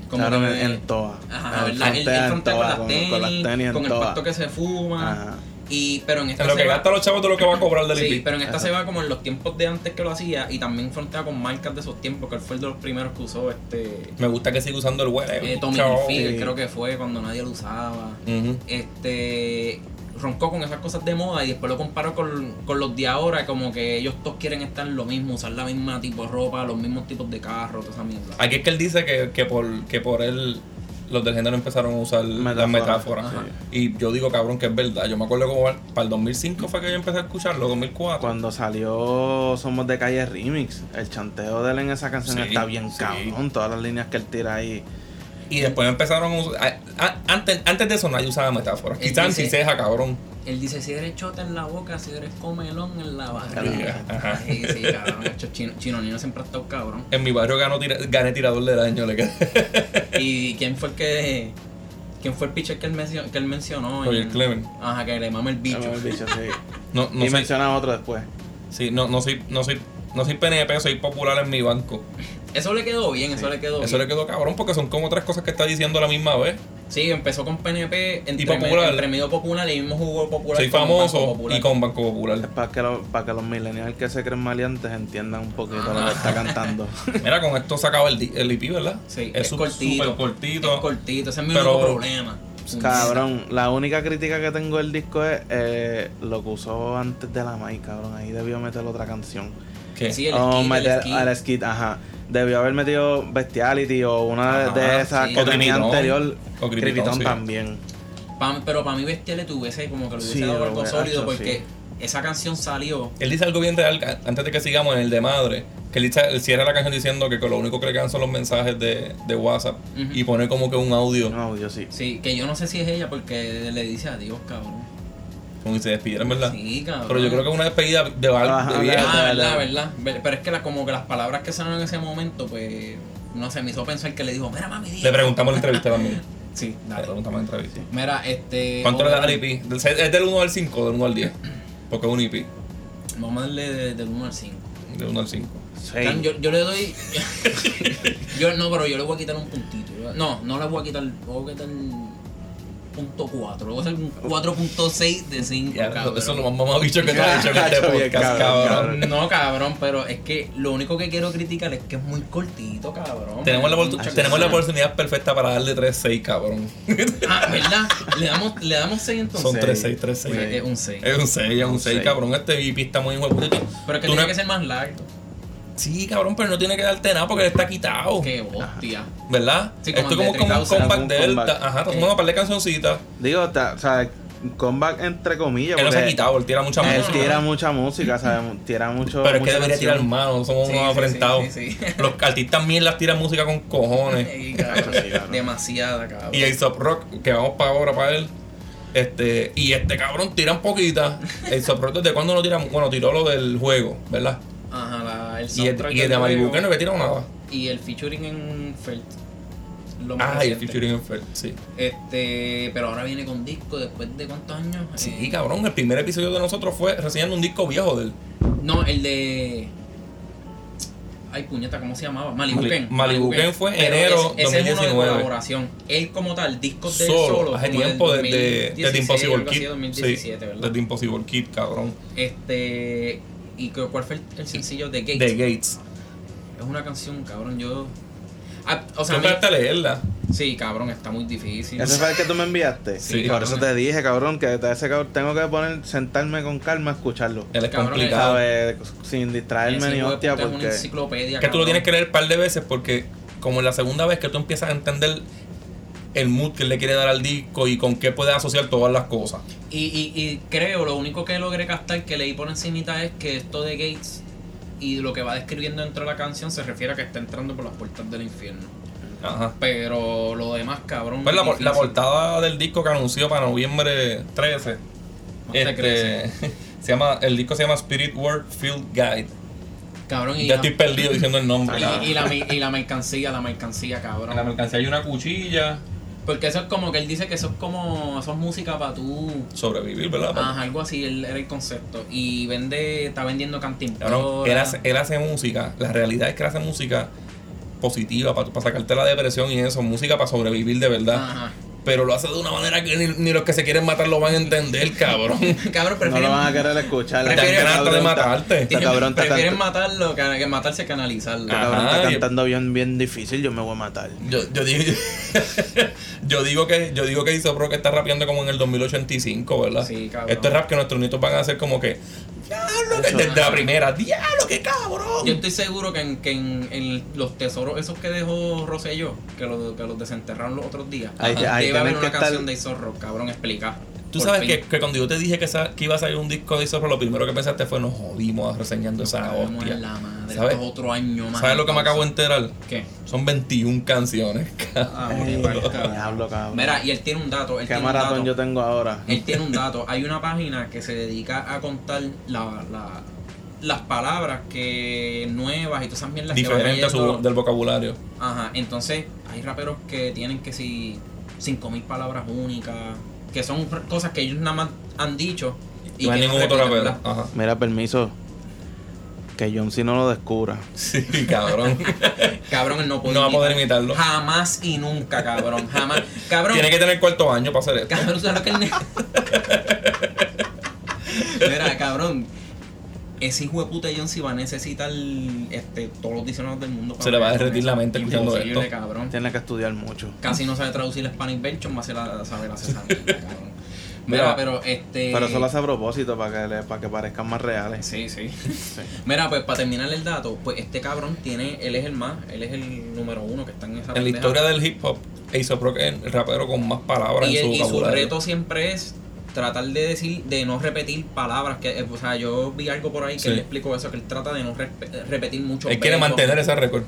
Speaker 2: Como
Speaker 4: Claro,
Speaker 2: que-
Speaker 4: en, en toa.
Speaker 2: Ajá,
Speaker 4: En
Speaker 2: ¿verdad? Él,
Speaker 4: frontea
Speaker 2: él
Speaker 4: en
Speaker 2: frontea
Speaker 4: toa,
Speaker 2: con las tenis, con,
Speaker 4: en
Speaker 2: el
Speaker 4: toa.
Speaker 2: pacto que se fuma.
Speaker 4: Ajá.
Speaker 2: Y, pero en esta
Speaker 3: en lo
Speaker 2: se
Speaker 3: que
Speaker 2: va-
Speaker 3: gasta los chavos de lo que va a cobrar del E
Speaker 2: Sí,
Speaker 3: IP.
Speaker 2: pero en esta
Speaker 4: Ajá.
Speaker 2: se va como en los tiempos de antes que lo hacía y también frontea con marcas de esos tiempos, que él fue el de los primeros que usó este
Speaker 3: Me gusta que siga usando el huele.
Speaker 2: eh, Tommy
Speaker 3: Chao.
Speaker 2: Hilfiger,
Speaker 4: sí.
Speaker 2: creo que fue cuando nadie lo usaba.
Speaker 3: Ujú.
Speaker 2: Este roncó con esas cosas de moda y después lo comparó con, con los de ahora, como que ellos todos quieren estar en lo mismo, usar la misma tipo de ropa, los mismos tipos de carros, toda esa mierda.
Speaker 3: Aquí es que él dice que, que por, que por él los del género empezaron a usar
Speaker 4: Metáfora.
Speaker 3: las metáforas.
Speaker 4: Ajá.
Speaker 3: Y yo digo, cabrón, que es verdad. Yo me acuerdo como al- para el 2005 fue que yo empecé a escucharlo, 2004.
Speaker 4: Cuando salió Somos de Calle Remix, el chanteo de él en esa canción
Speaker 3: Sí,
Speaker 4: está bien
Speaker 3: sí.
Speaker 4: cabrón. Todas las líneas que él tira ahí.
Speaker 3: Y después empezaron a usar. a- a- antes, antes de eso nadie usaba metáforas.
Speaker 2: Él
Speaker 3: Quizás
Speaker 2: dice-
Speaker 3: si ceja, cabrón.
Speaker 2: Él dice, si eres chota en la boca, si eres comelón en la barriga.
Speaker 4: Claro.
Speaker 3: Ajá.
Speaker 2: Sí, sí, cabrón. hecho, Chino, Chino Nino siempre ha estado cabrón.
Speaker 3: En mi barrio ganó tira- gané tirador del año. Le quedé.
Speaker 2: ¿Y quién fue el que... ¿Quién fue el pitcher que él, mencio- que él mencionó?
Speaker 3: Roger
Speaker 2: en-
Speaker 3: Clemens.
Speaker 2: Ajá, que le mama el bicho.
Speaker 4: Hemos dicho, sí.
Speaker 3: No, no
Speaker 4: y
Speaker 3: soy,
Speaker 4: menciona otro después.
Speaker 3: sí, no, no soy, no soy, no soy PNP, soy popular en mi banco.
Speaker 2: Eso le quedó bien, eso
Speaker 4: Sí.
Speaker 2: le quedó
Speaker 3: Eso le
Speaker 2: bien.
Speaker 3: quedó cabrón porque son como tres cosas que está diciendo a la misma vez.
Speaker 2: Sí, empezó con PNP, entre,
Speaker 3: popular.
Speaker 2: entre medio popular y mismo jugó popular.
Speaker 3: soy
Speaker 2: con Banco
Speaker 3: famoso
Speaker 2: Popular.
Speaker 3: y con Banco
Speaker 4: Es
Speaker 3: Popular.
Speaker 4: para que, lo- para que los millennials que se creen maleantes entiendan un poquito lo que está cantando.
Speaker 3: Mira, con esto se acaba el, di- el IP, ¿verdad?
Speaker 2: Sí,
Speaker 3: es,
Speaker 2: es, cortito.
Speaker 3: Súper cortito.
Speaker 2: Es cortito, ese es mi
Speaker 3: Pero-
Speaker 2: único problema.
Speaker 4: Pues, Cabrón, la única crítica que tengo del disco es eh, lo que usó antes de la Mai, cabrón. Ahí debió meter otra canción.
Speaker 3: ¿Qué?
Speaker 2: Sí, el
Speaker 4: Oh,
Speaker 2: skit, el
Speaker 4: meter
Speaker 2: skit.
Speaker 4: al skid, ajá. Debió haber metido Bestiality o una de-
Speaker 3: Ajá,
Speaker 4: de esas
Speaker 2: sí.
Speaker 4: que
Speaker 2: O
Speaker 4: tenía
Speaker 3: Criminón.
Speaker 4: anterior.
Speaker 3: O Criminón,
Speaker 4: Criminón
Speaker 3: sí.
Speaker 4: también.
Speaker 2: Pa- pero para mí Bestia le tuviese como que le hubiese
Speaker 4: Sí,
Speaker 2: dado
Speaker 4: lo
Speaker 2: algo
Speaker 4: hubiera
Speaker 2: sólido
Speaker 4: hecho,
Speaker 2: porque
Speaker 4: sí.
Speaker 2: esa canción salió.
Speaker 3: Él dice algo bien real a- antes de que sigamos en el de madre. Que él, dice- él cierra la canción diciendo que, con lo único que le quedan son los mensajes de, de WhatsApp
Speaker 2: Ujú.
Speaker 3: y pone como que un audio.
Speaker 4: No, yo sí.
Speaker 2: Sí, que yo no sé si es ella porque le dice adiós, cabrón.
Speaker 3: Como si se despidieran, ¿verdad?
Speaker 2: Sí, cabrón.
Speaker 3: Pero yo creo que es una despedida de, val-
Speaker 4: Ajá,
Speaker 3: de viejo.
Speaker 2: Ah,
Speaker 4: Ah,
Speaker 2: verdad,
Speaker 4: la-
Speaker 2: verdad. Ve- Pero es que la- como que las palabras que salieron en ese momento, pues, no sé, me hizo pensar que le dijo, mira mami, di-".
Speaker 3: Le preguntamos en la entrevista también.
Speaker 2: Sí,
Speaker 3: Le
Speaker 2: dale.
Speaker 3: preguntamos en la entrevista.
Speaker 2: Mira, este.
Speaker 3: ¿Cuánto le
Speaker 2: otra-
Speaker 3: da al IP? Del- Es del 1 al 5, del 1 al 10. Porque es un IP.
Speaker 2: Vamos a darle de- del 1 al 5.
Speaker 3: Del 1 al 5.
Speaker 4: Sí.
Speaker 2: Yo, yo le doy. yo no, pero yo le voy a quitar un puntito. No, no le voy a quitar. le Voy a quitar. Punto 4. Voy a hacer un 4.6 de 5.
Speaker 3: Ya,
Speaker 2: cabrón.
Speaker 3: eso es lo más mamabicho que te ha hecho en este
Speaker 4: Cacho, bien,
Speaker 3: podcast,
Speaker 4: cabrón,
Speaker 3: cabrón.
Speaker 2: No, cabrón, pero es que lo único que quiero criticar es que es muy cortito, cabrón.
Speaker 3: Tenemos la,
Speaker 2: Mucha
Speaker 3: oportu- tenemos la
Speaker 2: cosa.
Speaker 3: oportunidad perfecta para darle 3-6, cabrón.
Speaker 2: Ah, ¿verdad? Le damos, le damos 6 entonces.
Speaker 3: Son Eh,
Speaker 4: seis.
Speaker 3: 3-6, 3-6.
Speaker 2: Oye, es un 6.
Speaker 3: Es un 6, es un
Speaker 4: Un
Speaker 3: 6,
Speaker 4: seis.
Speaker 3: cabrón. Este IP está muy huevudito.
Speaker 2: Pero es que
Speaker 3: Tú
Speaker 2: tiene
Speaker 3: no-
Speaker 2: que ser más largo.
Speaker 3: Sí, cabrón, pero no tiene que darte nada porque él está quitado.
Speaker 2: Qué hostia.
Speaker 3: ¿verdad?
Speaker 2: Sí, como
Speaker 3: Esto
Speaker 2: el
Speaker 3: es como,
Speaker 2: de
Speaker 3: como
Speaker 2: 3000,
Speaker 3: un comeback
Speaker 4: un
Speaker 3: de él.
Speaker 2: Eh.
Speaker 4: comeback.
Speaker 3: Ajá, está tomando una par de cancioncitas.
Speaker 4: Digo, ta- o sea, comeback entre comillas.
Speaker 3: Él no se ha
Speaker 4: porque
Speaker 3: quitado, él tira mucha
Speaker 4: Él
Speaker 3: música.
Speaker 4: Eh, tira mucha música, ¿sabes? Tira mucho.
Speaker 3: Pero es que
Speaker 4: mucha
Speaker 3: debería tirar
Speaker 4: canción.
Speaker 3: mano, somos
Speaker 2: Sí,
Speaker 3: unos
Speaker 2: sí,
Speaker 3: afrentados.
Speaker 2: sí, sí.
Speaker 3: Los artistas las tiran música con cojones.
Speaker 2: Y, cabrón,
Speaker 4: Sí, cabrón.
Speaker 2: Demasiada, cabrón.
Speaker 3: Y Aesop Rock, que vamos para ahora para él. Este, y este cabrón tiran poquitas. Aesop Rock, ¿desde cuándo no tira? Bueno, tiró lo del juego, ¿verdad?
Speaker 2: Ajá, la, el
Speaker 3: Y el,
Speaker 2: soundtrack
Speaker 3: y el
Speaker 2: del
Speaker 3: de Malibu
Speaker 2: juego
Speaker 3: que no había tirado nada.
Speaker 2: y el featuring en Felt. Lo más
Speaker 3: Ah, y el
Speaker 2: reciente.
Speaker 3: featuring en Fer, sí.
Speaker 2: Este, pero ahora viene con disco después de cuántos años?
Speaker 3: Sí,
Speaker 2: Eh,
Speaker 3: cabrón, el primer episodio de nosotros fue reseñando un disco viejo del
Speaker 2: No, el de. Ay, puñeta, ¿cómo se llamaba? Malibu
Speaker 3: Mali-
Speaker 2: Ken.
Speaker 3: Malibu Ken fue
Speaker 2: Pero
Speaker 3: enero
Speaker 2: ese, ese es uno de
Speaker 3: 2019.
Speaker 2: colaboración. Él, como tal, discos de él
Speaker 3: solo,
Speaker 2: solo.
Speaker 3: hace
Speaker 2: como del
Speaker 3: tiempo desde,
Speaker 2: 2016,
Speaker 3: desde Impossible
Speaker 2: algo así,
Speaker 3: Kid.
Speaker 2: 2017,
Speaker 3: sí,
Speaker 2: ¿verdad?
Speaker 3: desde Impossible Kid, cabrón.
Speaker 2: Este. ¿Y cu- cuál fue el, el sencillo de Gate?
Speaker 3: De Gates.
Speaker 2: Es una canción, cabrón. Yo. Ah, o sea, a
Speaker 3: Tú
Speaker 2: mí-
Speaker 3: trataste de leerla.
Speaker 2: sí, cabrón, está muy difícil.
Speaker 4: ¿Ese fue el que tú me enviaste?
Speaker 3: Sí,
Speaker 4: Por
Speaker 2: cabrón.
Speaker 4: eso te dije, cabrón, que a ese cabrón tengo que poner, sentarme con calma a escucharlo.
Speaker 3: Él es
Speaker 2: Cabrón,
Speaker 3: complicado.
Speaker 4: ¿Sabes? Sin distraerme
Speaker 2: Ese
Speaker 4: ni
Speaker 2: hijo de
Speaker 4: hostia,
Speaker 2: puta es una
Speaker 4: porque.
Speaker 2: enciclopedia.
Speaker 3: que tú lo
Speaker 2: cabrón.
Speaker 3: tienes que leer un par de veces porque como en la segunda vez que tú empiezas a entender el mood que él le quiere dar al disco y con qué puedes asociar todas las cosas.
Speaker 2: Y, y, y creo, lo único que logré captar que leí por encimita es que esto de Gates y lo que va describiendo dentro de la canción se refiere a que está entrando por las puertas del infierno.
Speaker 3: Ajá.
Speaker 2: Pero lo demás, cabrón.
Speaker 3: Pues la, por- la
Speaker 2: difícil.
Speaker 3: portada del disco que anunció para noviembre 13
Speaker 2: Más te
Speaker 3: este,
Speaker 2: crece.
Speaker 3: se llama, el disco se llama Spirit World Field Guide.
Speaker 2: Cabrón, y,
Speaker 3: Ya
Speaker 2: la,
Speaker 3: estoy perdido diciendo el nombre.
Speaker 2: y- y la, mi- y la mercancía, la mercancía, cabrón.
Speaker 3: En la mercancía hay una cuchilla.
Speaker 2: Porque eso es como que él dice que eso es como. Eso es música para tú.
Speaker 3: Sobrevivir, ¿verdad? papá?
Speaker 2: Ajá, algo así él- era el concepto. Y vende, está vendiendo
Speaker 3: Cabrón,
Speaker 2: cantimplora.
Speaker 3: él hace, él hace música. La realidad es que él hace música positiva para, sacarte la depresión y eso. Música para sobrevivir de verdad.
Speaker 2: Ajá.
Speaker 3: Pero lo hace de una manera que ni, ni los que se quieren matar lo van a entender, cabrón.
Speaker 2: Cabrón,
Speaker 4: No
Speaker 2: prefieren
Speaker 4: lo van a querer escuchar.
Speaker 3: Te
Speaker 4: Este
Speaker 3: dan ganas hasta de
Speaker 4: cabrón está-
Speaker 3: matarte.
Speaker 4: Este cabrón está
Speaker 2: Prefieren
Speaker 4: cantando-
Speaker 2: matarlo que, que matarse que analizarlo.
Speaker 4: este cabrón
Speaker 3: Ajá,
Speaker 4: está
Speaker 3: y-
Speaker 4: cantando bien, bien difícil, yo me voy a matar.
Speaker 3: Yo, yo digo, yo digo que yo digo que hizo Pro que está rapeando como en el 2085, ¿verdad?
Speaker 2: Sí, cabrón.
Speaker 3: Este rap que nuestros nietos van a hacer como que diablo que
Speaker 4: Eso.
Speaker 3: desde la primera, diablo que cabrón.
Speaker 2: Yo estoy seguro que en, que en, en los tesoros esos que dejó Rosselló, que, los que los desenterraron los otros días,
Speaker 4: Ahí-
Speaker 2: ajá,
Speaker 4: ahí
Speaker 2: debe haber
Speaker 4: tienen
Speaker 2: una
Speaker 4: que
Speaker 2: canción
Speaker 4: estar-
Speaker 2: de Isorro, cabrón, explica.
Speaker 3: Tú
Speaker 2: Por
Speaker 3: sabes
Speaker 2: fin.
Speaker 3: que, que cuando yo te dije que, esa- que iba a salir un disco de eso, Pro, lo primero que pensaste fue nos jodimos reseñando esa
Speaker 2: Cabrón,
Speaker 3: hostia.
Speaker 2: en la madre,
Speaker 3: ¿Sabes?
Speaker 2: esto es otro año más.
Speaker 3: ¿Sabes lo que me acabo de
Speaker 2: en
Speaker 3: enterar?
Speaker 2: ¿Qué?
Speaker 3: Son 21 canciones. cabrón.
Speaker 2: Ah,
Speaker 4: Ay,
Speaker 2: bueno, cabrón.
Speaker 4: Diablo, cabrón.
Speaker 2: Mira, y él tiene un dato. Él
Speaker 4: pues, ¿Qué
Speaker 2: tiene un
Speaker 4: maratón
Speaker 2: dato. Eh.
Speaker 4: yo tengo ahora?
Speaker 2: Él tiene un dato. Hay una página que se dedica a contar la- la- las palabras que nuevas y todas esas mierdas que van
Speaker 3: Diferente a su,
Speaker 2: añadiendo.
Speaker 3: del vocabulario.
Speaker 2: Ajá, entonces hay raperos que tienen que si 5000 palabras únicas, que son r- cosas que ellos nada más han dicho y
Speaker 3: no
Speaker 2: que
Speaker 3: hay
Speaker 2: no
Speaker 3: ningún otro
Speaker 2: repiten,
Speaker 3: rapero.
Speaker 2: ¿verdad?
Speaker 3: Ajá.
Speaker 4: Mira, permiso. Que John si no lo descubra.
Speaker 3: Sí, cabrón.
Speaker 2: Cabrón, él no puede
Speaker 3: No va a poder imitarlo.
Speaker 2: Jamás y nunca, cabrón, jamás. Cabrón,
Speaker 3: Tiene que tener cuarto año para hacer esto.
Speaker 2: cabrón, ¿sabes lo que el ne- Mira, cabrón. Ese hijo de puta John si va a necesitar este, todos los diccionarios del mundo. para
Speaker 3: Se le va a
Speaker 2: hablar con
Speaker 3: derretir
Speaker 2: eso.
Speaker 3: la mente escuchando
Speaker 2: Imposible,
Speaker 3: esto.
Speaker 2: cabrón.
Speaker 4: Tiene que estudiar mucho.
Speaker 2: Casi no sabe traducir el Spanish Version, va a ser la- saber hacer esa mierda, cabrón.
Speaker 3: Mira,
Speaker 2: Mira, pero este.
Speaker 4: Pero eso lo hace a propósito para que, le- para que parezcan más reales.
Speaker 2: Sí, sí. Mira, pues para terminar el dato, pues este cabrón tiene, él es el más, él es el número uno que está en esa
Speaker 3: En la
Speaker 2: pendeja.
Speaker 3: historia del hip hop, Aesop Rock es el rapero con más palabras
Speaker 2: y,
Speaker 3: en
Speaker 2: el-
Speaker 3: su
Speaker 2: y su
Speaker 3: vocabulario.
Speaker 2: reto siempre es tratar de decir, de no repetir palabras que, eh, o sea, yo vi algo por ahí que
Speaker 3: Sí.
Speaker 2: le explicó eso, que él trata de no respe- repetir mucho.
Speaker 3: él quiere mantener ese récord.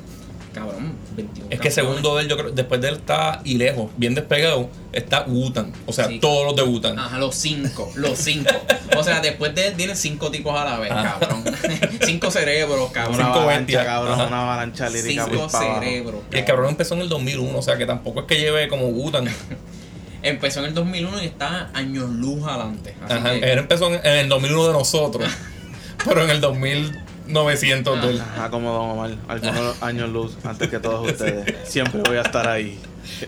Speaker 2: Cabrón, 21.
Speaker 3: Es que
Speaker 2: campeones.
Speaker 3: segundo de él, yo creo, después de él está y lejos, bien despegado, está Wutan. O sea,
Speaker 2: Sí. Ah,
Speaker 3: todos los de Wutan.
Speaker 2: Ajá, los cinco, los cinco. O sea, después de él tienen cinco tipos a la vez,
Speaker 3: Ah.
Speaker 2: cabrón. cinco cerebros, cabrón.
Speaker 4: Una
Speaker 3: Cinco
Speaker 4: avalancha,
Speaker 3: bestias.
Speaker 4: cabrón.
Speaker 3: Ajá.
Speaker 4: Una avalancha lírica.
Speaker 2: Cinco
Speaker 4: muy pa' abajo.
Speaker 2: cerebros.
Speaker 3: Y el cabrón empezó en el 2001, o sea que tampoco es que lleve como Wutan.
Speaker 2: Empezó en el 2001 y está años luz adelante. Así
Speaker 3: Ajá,
Speaker 2: que-
Speaker 3: Él empezó en, en el 2001 de nosotros, pero en el 2900 de él.
Speaker 4: Ajá, como Don Omar. Algunos años luz antes que todos ustedes. Siempre voy a estar ahí.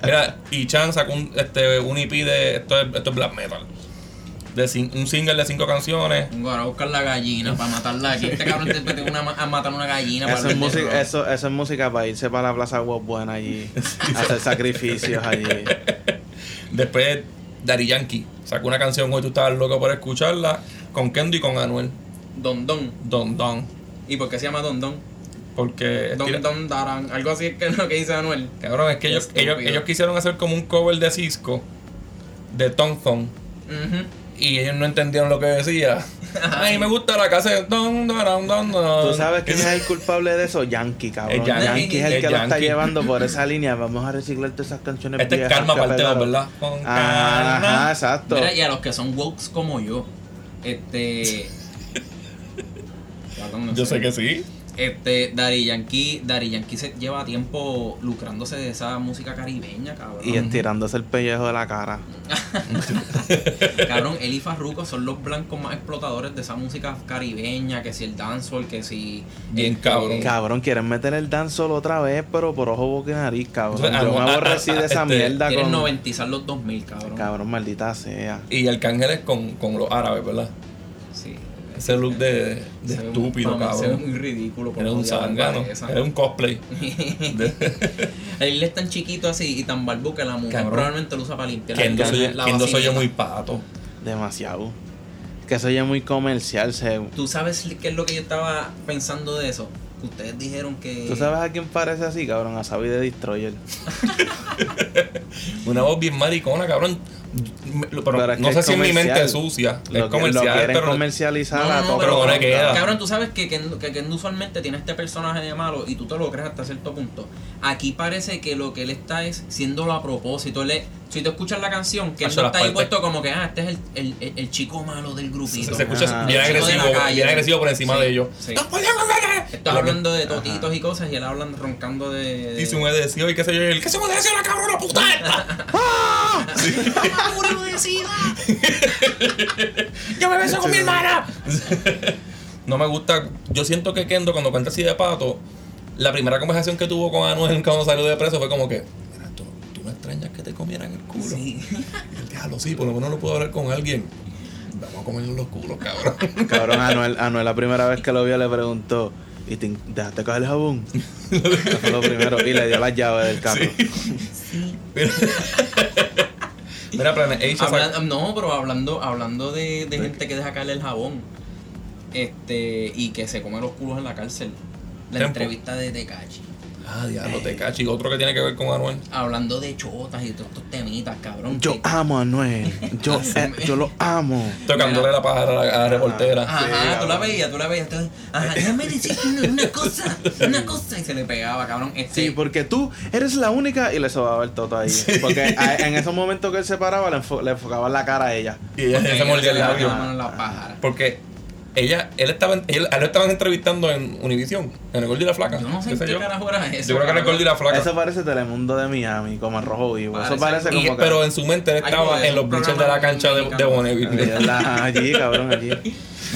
Speaker 3: Mira, y Chan sacó un, este, un EP de. Esto es, esto es black metal. De cin- un single de cinco canciones.
Speaker 2: Vengo ahora a buscar la gallina para matarla aquí. Este cabrón te mete una, ma- a matar una gallina para
Speaker 4: Eso es,
Speaker 2: hablar de rock.
Speaker 4: música, eso, eso es música para irse para la Plaza Guas Buena allí. hacer sacrificios allí.
Speaker 3: Después, Daddy Yankee sacó una canción hoy tú estabas loco por escucharla. Con Kendo y con Anuel.
Speaker 2: Don Don.
Speaker 3: Don Don.
Speaker 2: ¿Y por qué se llama Don Don?
Speaker 3: Porque.
Speaker 2: Don
Speaker 3: tira-
Speaker 2: Don Daran. Algo así es que es lo que dice Anuel.
Speaker 3: Cabrón, es que ellos,
Speaker 2: Estúpido.
Speaker 3: ellos, ellos quisieron hacer como un cover de Cisco. De Tom Thumb.
Speaker 2: Ujú.
Speaker 3: y ellos no entendieron lo que decía. Ay, me gusta la casa de don, don, don, don, don.
Speaker 4: ¿Tú sabes quién es el culpable de eso? Yankee, cabrón.
Speaker 3: Oh, El Yankee,
Speaker 4: Yankee, es el,
Speaker 3: el
Speaker 4: que lo está
Speaker 3: Yankee.
Speaker 4: llevando por esa línea. Vamos a reciclar todas esas canciones
Speaker 3: Este es
Speaker 4: viejas
Speaker 3: Karma
Speaker 4: que
Speaker 3: parte dos,
Speaker 4: pegaron.
Speaker 3: ¿verdad? Con
Speaker 4: Ah,
Speaker 3: Karma.
Speaker 4: Ajá, exacto.
Speaker 2: Mira, y a los que son wokes como yo, este. Perdón, no
Speaker 3: Yo sé
Speaker 2: sé.
Speaker 3: que sí.
Speaker 2: Este, Dari Yankee, Daddy Yankee se lleva tiempo lucrándose de esa música caribeña, cabrón.
Speaker 4: Y estirándose el pellejo de la cara.
Speaker 2: Cabrón, él y Farruko son los blancos más explotadores de esa música caribeña, que si el dancehall, que si... este, eh,
Speaker 3: Bien cabrón.
Speaker 4: Cabrón, quieren meter el dan solo otra vez, pero por ojo, boca y nariz, cabrón.
Speaker 3: Ah,
Speaker 4: Yo
Speaker 3: no,
Speaker 4: me
Speaker 3: ah,
Speaker 4: aborrecí
Speaker 3: ah,
Speaker 4: de esa
Speaker 3: este,
Speaker 4: mierda
Speaker 2: Quieren
Speaker 4: con.
Speaker 2: noventizar los 2000, cabrón.
Speaker 4: Cabrón, maldita sea.
Speaker 3: Y Arcángel es con, con los árabes, ¿verdad?
Speaker 2: Sí.
Speaker 3: Ese look de, de
Speaker 2: Se ve
Speaker 3: estúpido,
Speaker 2: un- mamá, Se ve
Speaker 3: cabrón.
Speaker 2: muy ridículo. por
Speaker 3: Era un
Speaker 2: rodeado de
Speaker 3: zángano.
Speaker 2: pues, esa.
Speaker 3: Era un cosplay. De-
Speaker 2: Él es tan chiquito así y tan barbu que la mujer
Speaker 3: Cabrón.
Speaker 2: probablemente lo usa para limpiar
Speaker 3: que no
Speaker 2: la,
Speaker 3: soy,
Speaker 2: la
Speaker 3: que no soy yo
Speaker 2: vacineta.
Speaker 3: muy pato.
Speaker 4: Demasiado. Que eso ya es muy comercial, se.
Speaker 2: ¿Tú sabes qué es lo que yo estaba pensando de eso? Que ustedes dijeron que...
Speaker 4: ¿Tú sabes a quién parece así, cabrón? A Sabi de Destroyer.
Speaker 3: Una voz bien maricona, cabrón. Me- lo- Pero,
Speaker 4: Pero es
Speaker 3: no
Speaker 4: que
Speaker 3: sé
Speaker 4: es
Speaker 3: si en mi mente
Speaker 4: comercial.
Speaker 3: es sucia.
Speaker 4: Lo,
Speaker 3: es
Speaker 4: que- lo
Speaker 3: comercial,
Speaker 4: quieren
Speaker 3: pero.
Speaker 4: comercializar a todo.
Speaker 3: pero no le queda.
Speaker 2: Cabrón, tú sabes que Ken- que Ken usualmente tiene este personaje de malo y tú te lo crees hasta cierto punto. Aquí parece que lo que él está es siéndolo a propósito. Él es- si tú escuchas la canción, que él
Speaker 3: Hace
Speaker 2: no
Speaker 3: las
Speaker 2: está ahí
Speaker 3: partes.
Speaker 2: puesto como que, ah, este es el, el- el- el chico malo del
Speaker 3: se,
Speaker 2: grupito.
Speaker 3: se escucha
Speaker 4: Ah.
Speaker 3: bien
Speaker 2: El chico de la
Speaker 3: agresivo,
Speaker 2: calle.
Speaker 3: bien agresivo por encima
Speaker 2: Sí,
Speaker 3: de ellos. Ah.
Speaker 2: sí.
Speaker 3: ¡No podemos ver!
Speaker 2: Estás hablando de totitos y cosas y él habla roncando de...
Speaker 3: Y se humedeció y qué sé yo, y el que se humedeció la cabrona puta. ¡Ah!
Speaker 2: ¡Murió de sida!
Speaker 3: ¡Yo me beso con mi hermana! no me gusta. Yo siento que Kendo, cuando cuenta así de pato, la primera conversación que tuvo con Anuel cuando salió de preso fue como que. "Mira, ¿Tú, tú no extrañas que te comieran el culo?
Speaker 2: Sí.
Speaker 3: Y el diablo, sí, por lo menos lo puedo hablar con alguien. Vamos a comernos los culos, cabrón.
Speaker 4: Cabrón, Anuel, Anuel la primera vez que lo vio le preguntó, ¿y te, dejaste caer el jabón? Eso fue lo primero. Y le dio las llaves del carro.
Speaker 3: Mira, Mira Planet H. saca-
Speaker 2: Hablan- no, pero hablando, hablando de, de gente que deja caer el jabón este, y que se come los culos en la cárcel. La
Speaker 3: Tempo.
Speaker 2: entrevista de Tecachi.
Speaker 3: Ah, diablo, te cacho. Y otro que tiene que ver con Anuel.
Speaker 2: Hablando de chotas y todos estos temitas, cabrón.
Speaker 4: Yo
Speaker 2: que-
Speaker 4: amo a Anuel. Yo, eh, yo lo amo.
Speaker 3: Tocándole la paja a la, a la reportera.
Speaker 2: Ajá, tú la
Speaker 4: cabrón.
Speaker 2: veías, tú la veías. entonces, ajá, déjame decirte una- una cosa, una cosa. Y se le pegaba, cabrón. Este,
Speaker 4: Sí, porque tú eres la única. Y le sobaba el toto ahí. Porque a- en esos momentos que él se paraba, le, enfo- le enfocaba en la cara a ella.
Speaker 3: Y ella
Speaker 2: porque
Speaker 3: se mordía el
Speaker 2: le metía
Speaker 3: labio.
Speaker 2: la mano en la pájara.
Speaker 3: Porque ella, él estaba, él, a él lo estaban entrevistando en Univision, en el Gordo y la Flaca.
Speaker 2: Yo no sé
Speaker 3: qué
Speaker 2: en
Speaker 3: sé
Speaker 2: qué
Speaker 3: yo.
Speaker 2: carajo era eso.
Speaker 3: Yo creo que era el Gordo y la Flaca.
Speaker 4: Eso parece Telemundo de Miami, como el rojo vivo. Eso
Speaker 2: Parece-
Speaker 4: parece
Speaker 3: Y-
Speaker 4: como que.
Speaker 3: pero en su mente él
Speaker 2: Ay,
Speaker 3: estaba
Speaker 2: joder,
Speaker 3: en los
Speaker 2: un
Speaker 3: bichos de
Speaker 2: programa
Speaker 3: la cancha de, de
Speaker 2: dominicano.
Speaker 3: Bonneville.
Speaker 4: La- allí, cabrón, allí. En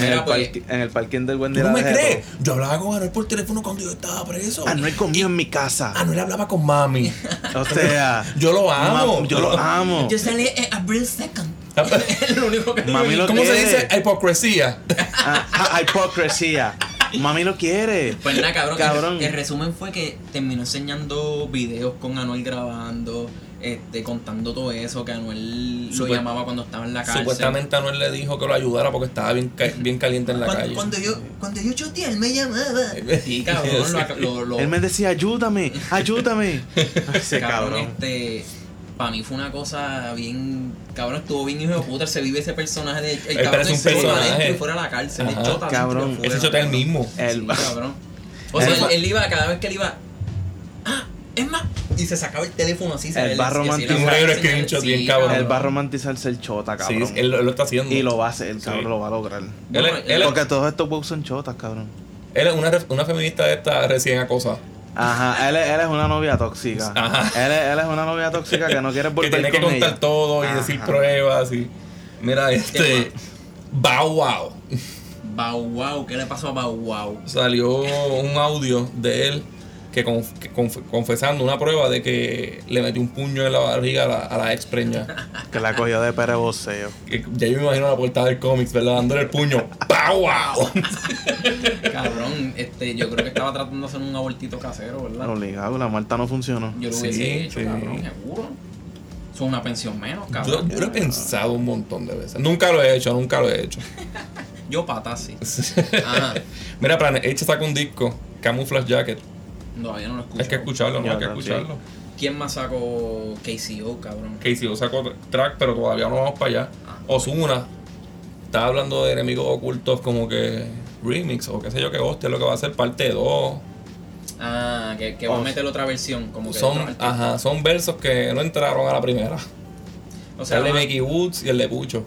Speaker 2: Mira,
Speaker 4: el,
Speaker 2: pues-
Speaker 4: parqui- en el parking del Wendy
Speaker 3: ¿Tú no
Speaker 4: la
Speaker 3: me
Speaker 4: dejé,
Speaker 3: crees? Yo hablaba con Anuel por teléfono cuando yo estaba preso.
Speaker 4: pero Anuel comió en mi casa.
Speaker 3: Anuel hablaba con mami.
Speaker 4: O sea,
Speaker 3: Ah, Yo lo amo.
Speaker 4: mam- Ah. yo lo amo.
Speaker 2: Yo salí eh, April 2nd. Es lo único que
Speaker 4: Mami lo
Speaker 3: ¿Cómo se
Speaker 4: quiere.
Speaker 3: dice? Hipocresía.
Speaker 4: Ah, ah, hipocresía. Mami lo quiere.
Speaker 2: Pues nada, cabrón.
Speaker 4: Cabrón.
Speaker 2: El, el resumen fue que terminó enseñando videos con Anuel grabando, este, contando todo eso, que Anuel
Speaker 3: Supuest-
Speaker 2: lo llamaba cuando estaba en la cárcel.
Speaker 3: Supuestamente Anuel le dijo que lo ayudara porque estaba bien, ca- bien caliente en la
Speaker 2: Cuando,
Speaker 3: calle.
Speaker 2: cuando yo cuando yo choteé, él me llamaba. Sí, cabrón, lo, lo, lo-
Speaker 4: Él me decía, ayúdame, ayúdame. Ese
Speaker 2: cabrón,
Speaker 4: cabrón.
Speaker 2: este. Para mí fue una cosa bien. Cabrón, estuvo bien hijo de puta. Se vive ese personaje de. El
Speaker 3: Él
Speaker 2: cabrón
Speaker 3: parece un
Speaker 2: estuvo
Speaker 3: personaje.
Speaker 2: adentro y fuera de la cárcel. el
Speaker 3: Ajá.
Speaker 2: chota adentro y
Speaker 4: Cabrón,
Speaker 2: afuera.
Speaker 3: Ese chota es el mismo.
Speaker 4: El-
Speaker 2: Sí, cabrón. O sea, él, él iba, cada vez que él iba. ¡Ah! Es más. Y se sacaba el teléfono así. se
Speaker 4: Él
Speaker 2: le-
Speaker 4: va
Speaker 2: se- se le-
Speaker 4: romantizando.
Speaker 2: se
Speaker 3: Un
Speaker 2: le-
Speaker 3: negro
Speaker 2: se le-
Speaker 3: screenshot
Speaker 2: sí,
Speaker 3: bien cabrón.
Speaker 4: él va a romantizarse el chota,
Speaker 3: Sí,
Speaker 4: cabrón.
Speaker 3: él, lo- él lo está haciendo.
Speaker 4: Y lo va a hacer, el cabrón
Speaker 3: Sí.
Speaker 4: lo va a lograr.
Speaker 3: Él es- él es-
Speaker 4: Porque todos estos woke son chotas, cabrón.
Speaker 3: Él es una, ref- una feminista de esta recién acosada.
Speaker 4: Ajá, él, es- él es una novia tóxica.
Speaker 3: Ajá.
Speaker 4: Él, es- él es una novia tóxica que no quiere
Speaker 3: Que
Speaker 4: volver
Speaker 3: tiene que
Speaker 4: con
Speaker 3: contar
Speaker 4: ella.
Speaker 3: todo y
Speaker 4: Ajá.
Speaker 3: decir pruebas y. Mira, este.
Speaker 2: ¿Qué
Speaker 3: Bow Wow.
Speaker 2: Bow Wow, ¿qué le pasó a Bow Wow?
Speaker 3: Salió un audio de él que, conf- que conf- confesando una prueba de que le metió un puño en la barriga a la, a la ex preña.
Speaker 4: Que la cogió de pereboceo.
Speaker 3: Que Ya yo me imagino la portada del cómics, ¿verdad? Dándole el puño. ¡Bow Wow!
Speaker 2: Cabrón, este, yo creo que estaba tratando de hacer un abortito casero, ¿verdad?
Speaker 4: Obligado, la muerta no funcionó.
Speaker 2: Yo lo
Speaker 3: Sí,
Speaker 2: hubiese hecho,
Speaker 3: sí.
Speaker 2: cabrón, seguro. Son una pensión menos,
Speaker 3: Yo,
Speaker 2: cabrón.
Speaker 3: yo lo he pensado un montón de veces. Nunca lo he hecho, nunca lo he hecho.
Speaker 2: Yo patas, sí. Ah, Ajá.
Speaker 3: Ah, Mira, Planet H saca un disco, Camouflage Jacket.
Speaker 2: Todavía no lo escucho.
Speaker 3: Hay que escucharlo, no hay que
Speaker 4: Ya, sí.
Speaker 3: escucharlo.
Speaker 2: ¿Quién más sacó KCO, cabrón?
Speaker 3: Casey O sacó otro track, pero todavía no vamos para allá.
Speaker 2: Ah.
Speaker 3: Osuna está hablando de enemigos ocultos como que remix o qué sé yo qué hostia, lo que va a ser parte 2.
Speaker 2: Ah, que, que va a
Speaker 4: Os-
Speaker 2: meter otra versión. Como que otro
Speaker 3: Oh. Son, ah,
Speaker 2: artista.
Speaker 3: ajá, son versos que no entraron a la primera.
Speaker 2: o sea,
Speaker 3: O sea, el de
Speaker 2: van a-
Speaker 3: Mickey Woods y el de Pucho.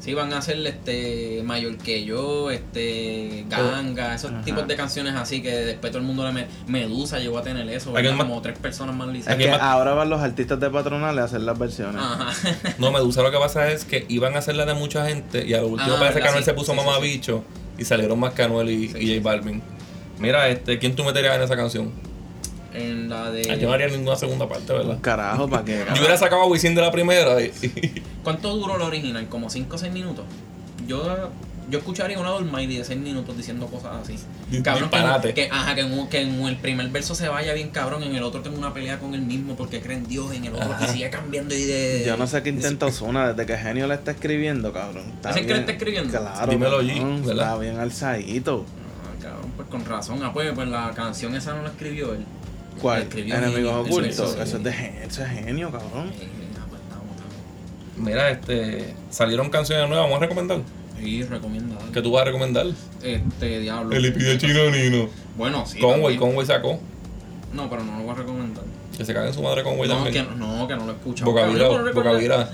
Speaker 2: sí, van a hacer este mayor que yo, este ganga, esos
Speaker 4: Ajá.
Speaker 2: tipos de canciones así que después todo el mundo le me- Medusa llegó a tener eso,
Speaker 3: Hay que
Speaker 2: ¿verdad?
Speaker 3: ma-
Speaker 2: como tres personas más
Speaker 4: Es
Speaker 2: lisas.
Speaker 3: Aquí
Speaker 4: que
Speaker 3: más-
Speaker 4: ahora van los artistas de patronales a hacer las versiones.
Speaker 2: Ajá.
Speaker 3: No, Medusa lo que pasa es que iban a hacer la de mucha gente y al último
Speaker 2: Ah,
Speaker 3: parece
Speaker 2: ¿verdad?
Speaker 3: que Anuel
Speaker 2: Sí,
Speaker 3: se puso
Speaker 2: sí, sí,
Speaker 3: mamabicho y salieron más que Anuel y,
Speaker 2: Sí,
Speaker 3: y
Speaker 2: sí.
Speaker 3: J Balvin. Mira, este, ¿quién tú meterías en esa canción?
Speaker 2: en la
Speaker 3: Ah, Yo no
Speaker 2: de.
Speaker 3: haría ninguna segunda parte, ¿verdad?
Speaker 4: Carajo, ¿para qué?
Speaker 3: Yo hubiera sacado a Wisin de la primera y, y-
Speaker 2: ¿Cuánto duró la original? ¿Como 5 o 6 minutos? Yo, yo escucharía una Almighty de 6 minutos diciendo cosas así.
Speaker 3: Di-
Speaker 2: que,
Speaker 3: disparate.
Speaker 2: que- ajá, que en, un- que en el primer verso se vaya bien cabrón, en el otro tengo una pelea con el mismo porque cree en Dios, en el otro que sigue cambiando y de.
Speaker 4: Yo no sé qué intenta Osuna desde que Genio la está escribiendo, cabrón. Está
Speaker 2: ¿Es el que
Speaker 4: bien-
Speaker 2: la está escribiendo?
Speaker 4: Claro.
Speaker 3: Dímelo, G,
Speaker 4: cabrón,
Speaker 3: ¿verdad?
Speaker 4: Está bien alzadito.
Speaker 2: Ah, cabrón, pues con razón. Ah, pues, pues la canción esa no la escribió él.
Speaker 4: ¿Cuál?
Speaker 2: La escribió
Speaker 4: Enemigos
Speaker 2: Genio,
Speaker 4: ocultos.
Speaker 2: eso
Speaker 4: Eso,
Speaker 2: sí.
Speaker 4: es de genio, eso es genio, cabrón.
Speaker 2: Eh, ah, pues, estamos, estamos.
Speaker 3: Mira, este, salieron canciones nuevas, vamos a recomendar.
Speaker 2: Sí, recomienda.
Speaker 3: ¿Qué tú vas a recomendar?
Speaker 2: Este, diablo.
Speaker 3: El EP de Chino Nino.
Speaker 2: Bueno, sí.
Speaker 3: Conway,
Speaker 2: también.
Speaker 3: Conway sacó.
Speaker 2: No, pero no lo voy a recomendar.
Speaker 3: Que se cague en su madre Conway
Speaker 2: No, que
Speaker 3: también.
Speaker 2: no, no, que no lo he escuchado.
Speaker 3: Bocavira,
Speaker 2: Cabrón, yo no recomendé-
Speaker 3: Bocavira.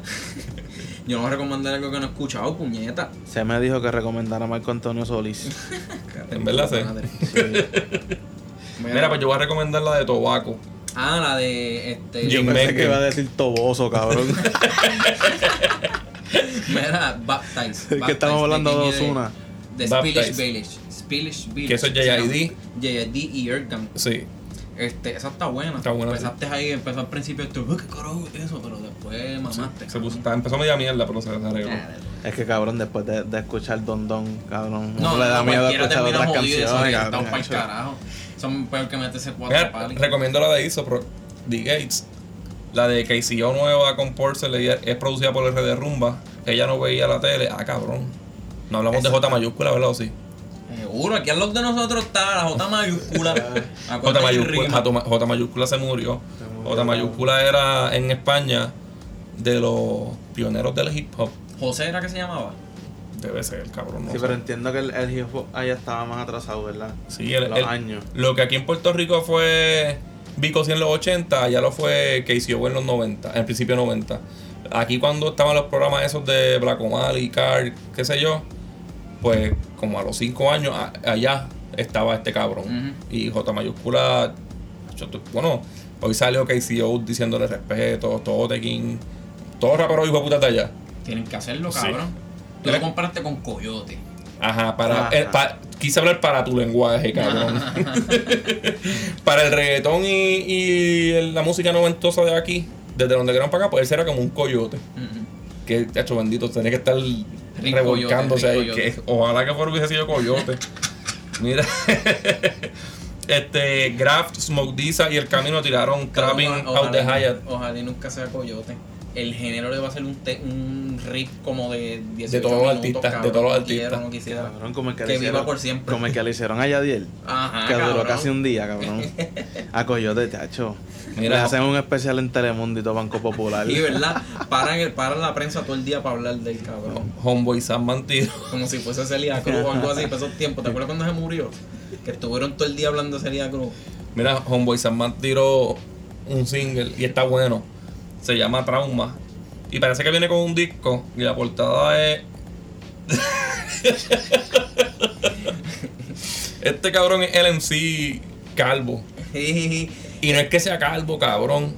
Speaker 2: Yo no voy a recomendar algo que no he escuchado, puñeta.
Speaker 4: Se me dijo que recomendara a Marco Antonio Solís.
Speaker 3: En verdad, sí.
Speaker 2: Madre.
Speaker 3: Mira, pues yo voy a recomendar la de Tobaco.
Speaker 2: Ah, la de este.
Speaker 3: Jim
Speaker 4: Pensé
Speaker 3: Mencken.
Speaker 4: que iba a decir Toboso, cabrón.
Speaker 2: Mira, Baptize.
Speaker 4: que estamos hablando de Ozuna.
Speaker 2: De
Speaker 3: Baptized.
Speaker 2: Spillage Village. Spillage Village.
Speaker 3: Que eso es JID.
Speaker 2: JID y Ergan.
Speaker 3: Sí.
Speaker 2: Este, esa está buena.
Speaker 3: Está buena,
Speaker 2: Empezaste ahí, empezó al principio, esto, "Uy, qué carajo es eso, pero después mamaste.
Speaker 3: Se puso, está- empezó media mierda, pero se se arregló.
Speaker 2: Ah,
Speaker 4: es que, cabrón, después de, de escuchar Don Don, cabrón,
Speaker 2: No,
Speaker 4: no, le da miedo
Speaker 2: cualquiera
Speaker 4: escuchar
Speaker 2: termina
Speaker 4: otras
Speaker 2: jodido y
Speaker 4: canciones.
Speaker 2: desorientado
Speaker 4: cabrón,
Speaker 2: pa'l
Speaker 4: hecho.
Speaker 2: carajo. Son peor que meterse cuatro
Speaker 3: Mira,
Speaker 2: palos.
Speaker 3: recomiendo la de ISO, pero The Gates. La de KCO nueva con Porcel ella es producida por RD Rumba. Ella no veía la tele. Ah, cabrón. No hablamos de J mayúscula, ¿verdad? ¿O sí?
Speaker 2: Seguro, aquí al lado de nosotros está la J mayúscula.
Speaker 3: J
Speaker 2: Acuérdate que
Speaker 3: mayúscula,
Speaker 2: rima.
Speaker 3: J ma- J mayúscula se murió.
Speaker 4: Se murió.
Speaker 3: J mayúscula era en España de los pioneros del hip hop.
Speaker 2: José era que se llamaba.
Speaker 3: Debe ser, cabrón. no
Speaker 4: Sí,
Speaker 3: sé.
Speaker 4: pero entiendo que el, el hip hop allá estaba más atrasado, ¿verdad?
Speaker 3: Sí, el-
Speaker 4: Los
Speaker 3: el-
Speaker 4: años.
Speaker 3: Lo que aquí en Puerto Rico fue Vico sí en los 80, allá lo fue KCO en los 90, en el principio 90. Aquí cuando estaban los programas esos de Blacomal y Car, qué sé yo, pues como a los 5 años a- allá estaba este cabrón.
Speaker 2: Ujú.
Speaker 3: Y J mayúscula, yo te- bueno, hoy salió KCO diciéndole respeto, todo Tequín, todos raperos hijo de puta de allá.
Speaker 2: Tienen que hacerlo,
Speaker 3: Sí.
Speaker 2: cabrón. Tú
Speaker 3: Mira.
Speaker 2: lo comparaste con Coyote.
Speaker 3: Ajá, para,
Speaker 2: Ah,
Speaker 4: Ajá.
Speaker 3: eh, pa- quise hablar para tu lenguaje, cabrón. para el reggaetón y, y el- la música noventosa de aquí, desde donde quedaron para acá, pues él era como un coyote.
Speaker 2: Ujú.
Speaker 3: Que, hecho bendito, tenía que estar revolcándose ahí.
Speaker 2: coyote.
Speaker 3: que ojalá que fuera hubiese sido coyote. Mira. este, Graft, Smoke Dizza y El Camino tiraron Trapping
Speaker 2: Ojalá-
Speaker 3: Out the
Speaker 2: ojalá-
Speaker 3: Hyatt.
Speaker 2: Ojalá y nunca sea Coyote. El género le va a hacer un, te- un riff como de 18
Speaker 3: De todos los
Speaker 2: minutos,
Speaker 3: artistas, de
Speaker 2: cabrón.
Speaker 3: todos los
Speaker 2: No quiero,
Speaker 3: artistas.
Speaker 2: no quisiera.
Speaker 4: Cabrón, como el que,
Speaker 2: Que
Speaker 4: le
Speaker 2: viva
Speaker 4: hicieron,
Speaker 2: por siempre.
Speaker 4: Como el que le hicieron a Yadiel.
Speaker 2: Ajá,
Speaker 4: que duró
Speaker 2: cabrón.
Speaker 4: casi un día, cabrón. A Coyote, tacho.
Speaker 3: Mira.
Speaker 4: Le hacen un especial en Telemundo y todo Banco Popular.
Speaker 2: Y verdad, paran, el, paran la prensa todo el día para hablar del cabrón.
Speaker 3: Homeboy Sam Mantillo.
Speaker 2: Como si fuese Celia Cruz o algo así, para esos tiempos. ¿Te acuerdas cuando se murió? Que estuvieron todo el día hablando de Celia Cruz.
Speaker 3: Mira, Homeboy Sandman tiró un single y está bueno. Se llama Trauma. Y parece que viene con un disco y la portada es... este cabrón es LMC calvo. Y no es que sea calvo, cabrón.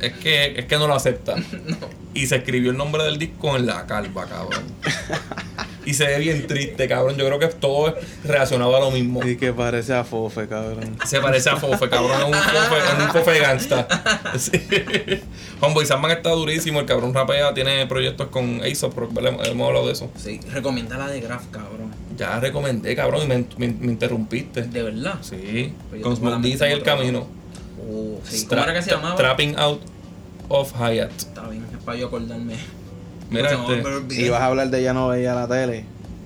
Speaker 3: Es que, es que no lo acepta. Y se escribió el nombre del disco en la calva, cabrón. Y se ve bien triste, cabrón. Yo creo que todo es relacionado a lo mismo.
Speaker 4: Y que parece a Fofe, cabrón.
Speaker 3: Se parece a Fofe, cabrón. Es un Fofe, es un fofe gangsta. Sí. Homeboy Sandman está durísimo. El cabrón rapea, tiene proyectos con ASOP, Rock. ¿verdad? Hemos hablado de eso.
Speaker 2: Sí, recomienda la de Graf, cabrón.
Speaker 3: Ya recomendé, cabrón, y me, me- me interrumpiste.
Speaker 2: De verdad.
Speaker 3: Sí.
Speaker 2: Pues yo
Speaker 3: Con
Speaker 2: tengo la
Speaker 3: Smoke
Speaker 2: mente
Speaker 3: Dizza y
Speaker 2: en
Speaker 3: el
Speaker 2: otro
Speaker 3: camino.
Speaker 2: lado. Oh, sí. ¿Cómo era que se
Speaker 3: Tra-
Speaker 2: llamaba?
Speaker 3: Trapping Out of Hyatt.
Speaker 2: Está bien, es para yo acordarme.
Speaker 3: Mira
Speaker 2: No se me va a
Speaker 3: este.
Speaker 2: volver a olvidar.
Speaker 4: Y vas a hablar de ella no veía la tele.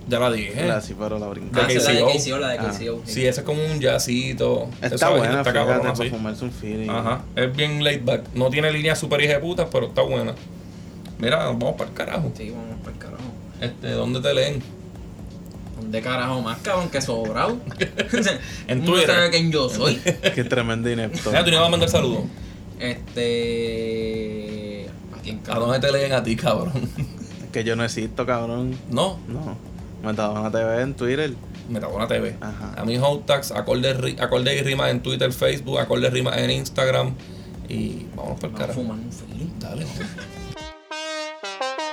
Speaker 3: Ya la dije.
Speaker 4: La- sí, pero la brinca.
Speaker 3: De
Speaker 2: Ah, sí, la de
Speaker 3: KCO.
Speaker 2: KCO, la de
Speaker 4: Ah.
Speaker 2: KCO.
Speaker 3: Sí, ese es como un jazzito.
Speaker 4: Está
Speaker 3: Esa
Speaker 4: buena,
Speaker 3: está
Speaker 4: fíjate,
Speaker 3: cabrona,
Speaker 4: para
Speaker 3: sí.
Speaker 4: fumarse un feeling.
Speaker 3: Ajá. Es bien laid back. No tiene líneas super hija de putas, pero está buena. Mira, vamos para el carajo.
Speaker 2: Sí, vamos para el carajo.
Speaker 3: Este, ¿dónde te leen?
Speaker 2: ¿Dónde carajo más, cabrón? Que sobrado.
Speaker 3: En
Speaker 2: Uno
Speaker 3: Twitter.
Speaker 2: sabe quién yo soy.
Speaker 4: Qué tremendo inepto.
Speaker 3: Mira, tú no vas a mandar saludos.
Speaker 2: Este. ¿A quién
Speaker 3: ¿A
Speaker 2: carajo?
Speaker 3: dónde te leen a ti, cabrón?
Speaker 4: que yo no existo, cabrón.
Speaker 3: No,
Speaker 4: No. Metadona TV en Twitter.
Speaker 3: Metadona TV.
Speaker 4: Ajá.
Speaker 3: A mí hashtags, acorde, ri- acorde y rimas en Twitter, Facebook, acorde y rimas en Instagram. Y vámonos para el
Speaker 2: Vamos a
Speaker 3: carajo.
Speaker 2: fumar un fili.
Speaker 3: Dale, vamos.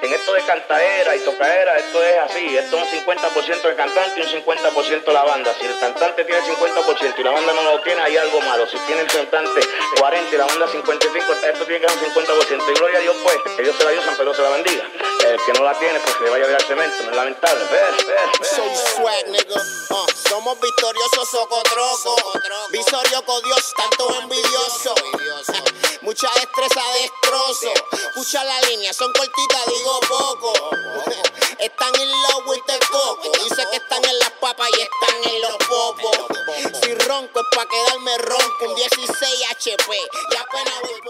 Speaker 5: En esto de cantadera y tocadera, esto es así. Esto es un 50% el cantante y un 50% la banda. Si el cantante tiene 50% y la banda no lo tiene, hay algo malo. Si tiene el cantante 40 y la banda 55, esto tiene que ser un 50%. Y gloria a Dios, pues, que Dios se la dio, San Pedro se la bendiga. El que no la tiene, pues que le vaya a ver al cemento, no es lamentable. Ve, ve, ve.
Speaker 1: Soy swag, nigga. Uh, somos victoriosos, socotroco. Visorio Dios, tanto envidioso. Mucha destreza, destrozo. Escucha la línea, son cortitas, digo poco. Están en love with the coco. Dice que están en las papas y están en los popos. Si ronco es pa' quedarme ronco. Un 16 HP y apenas voy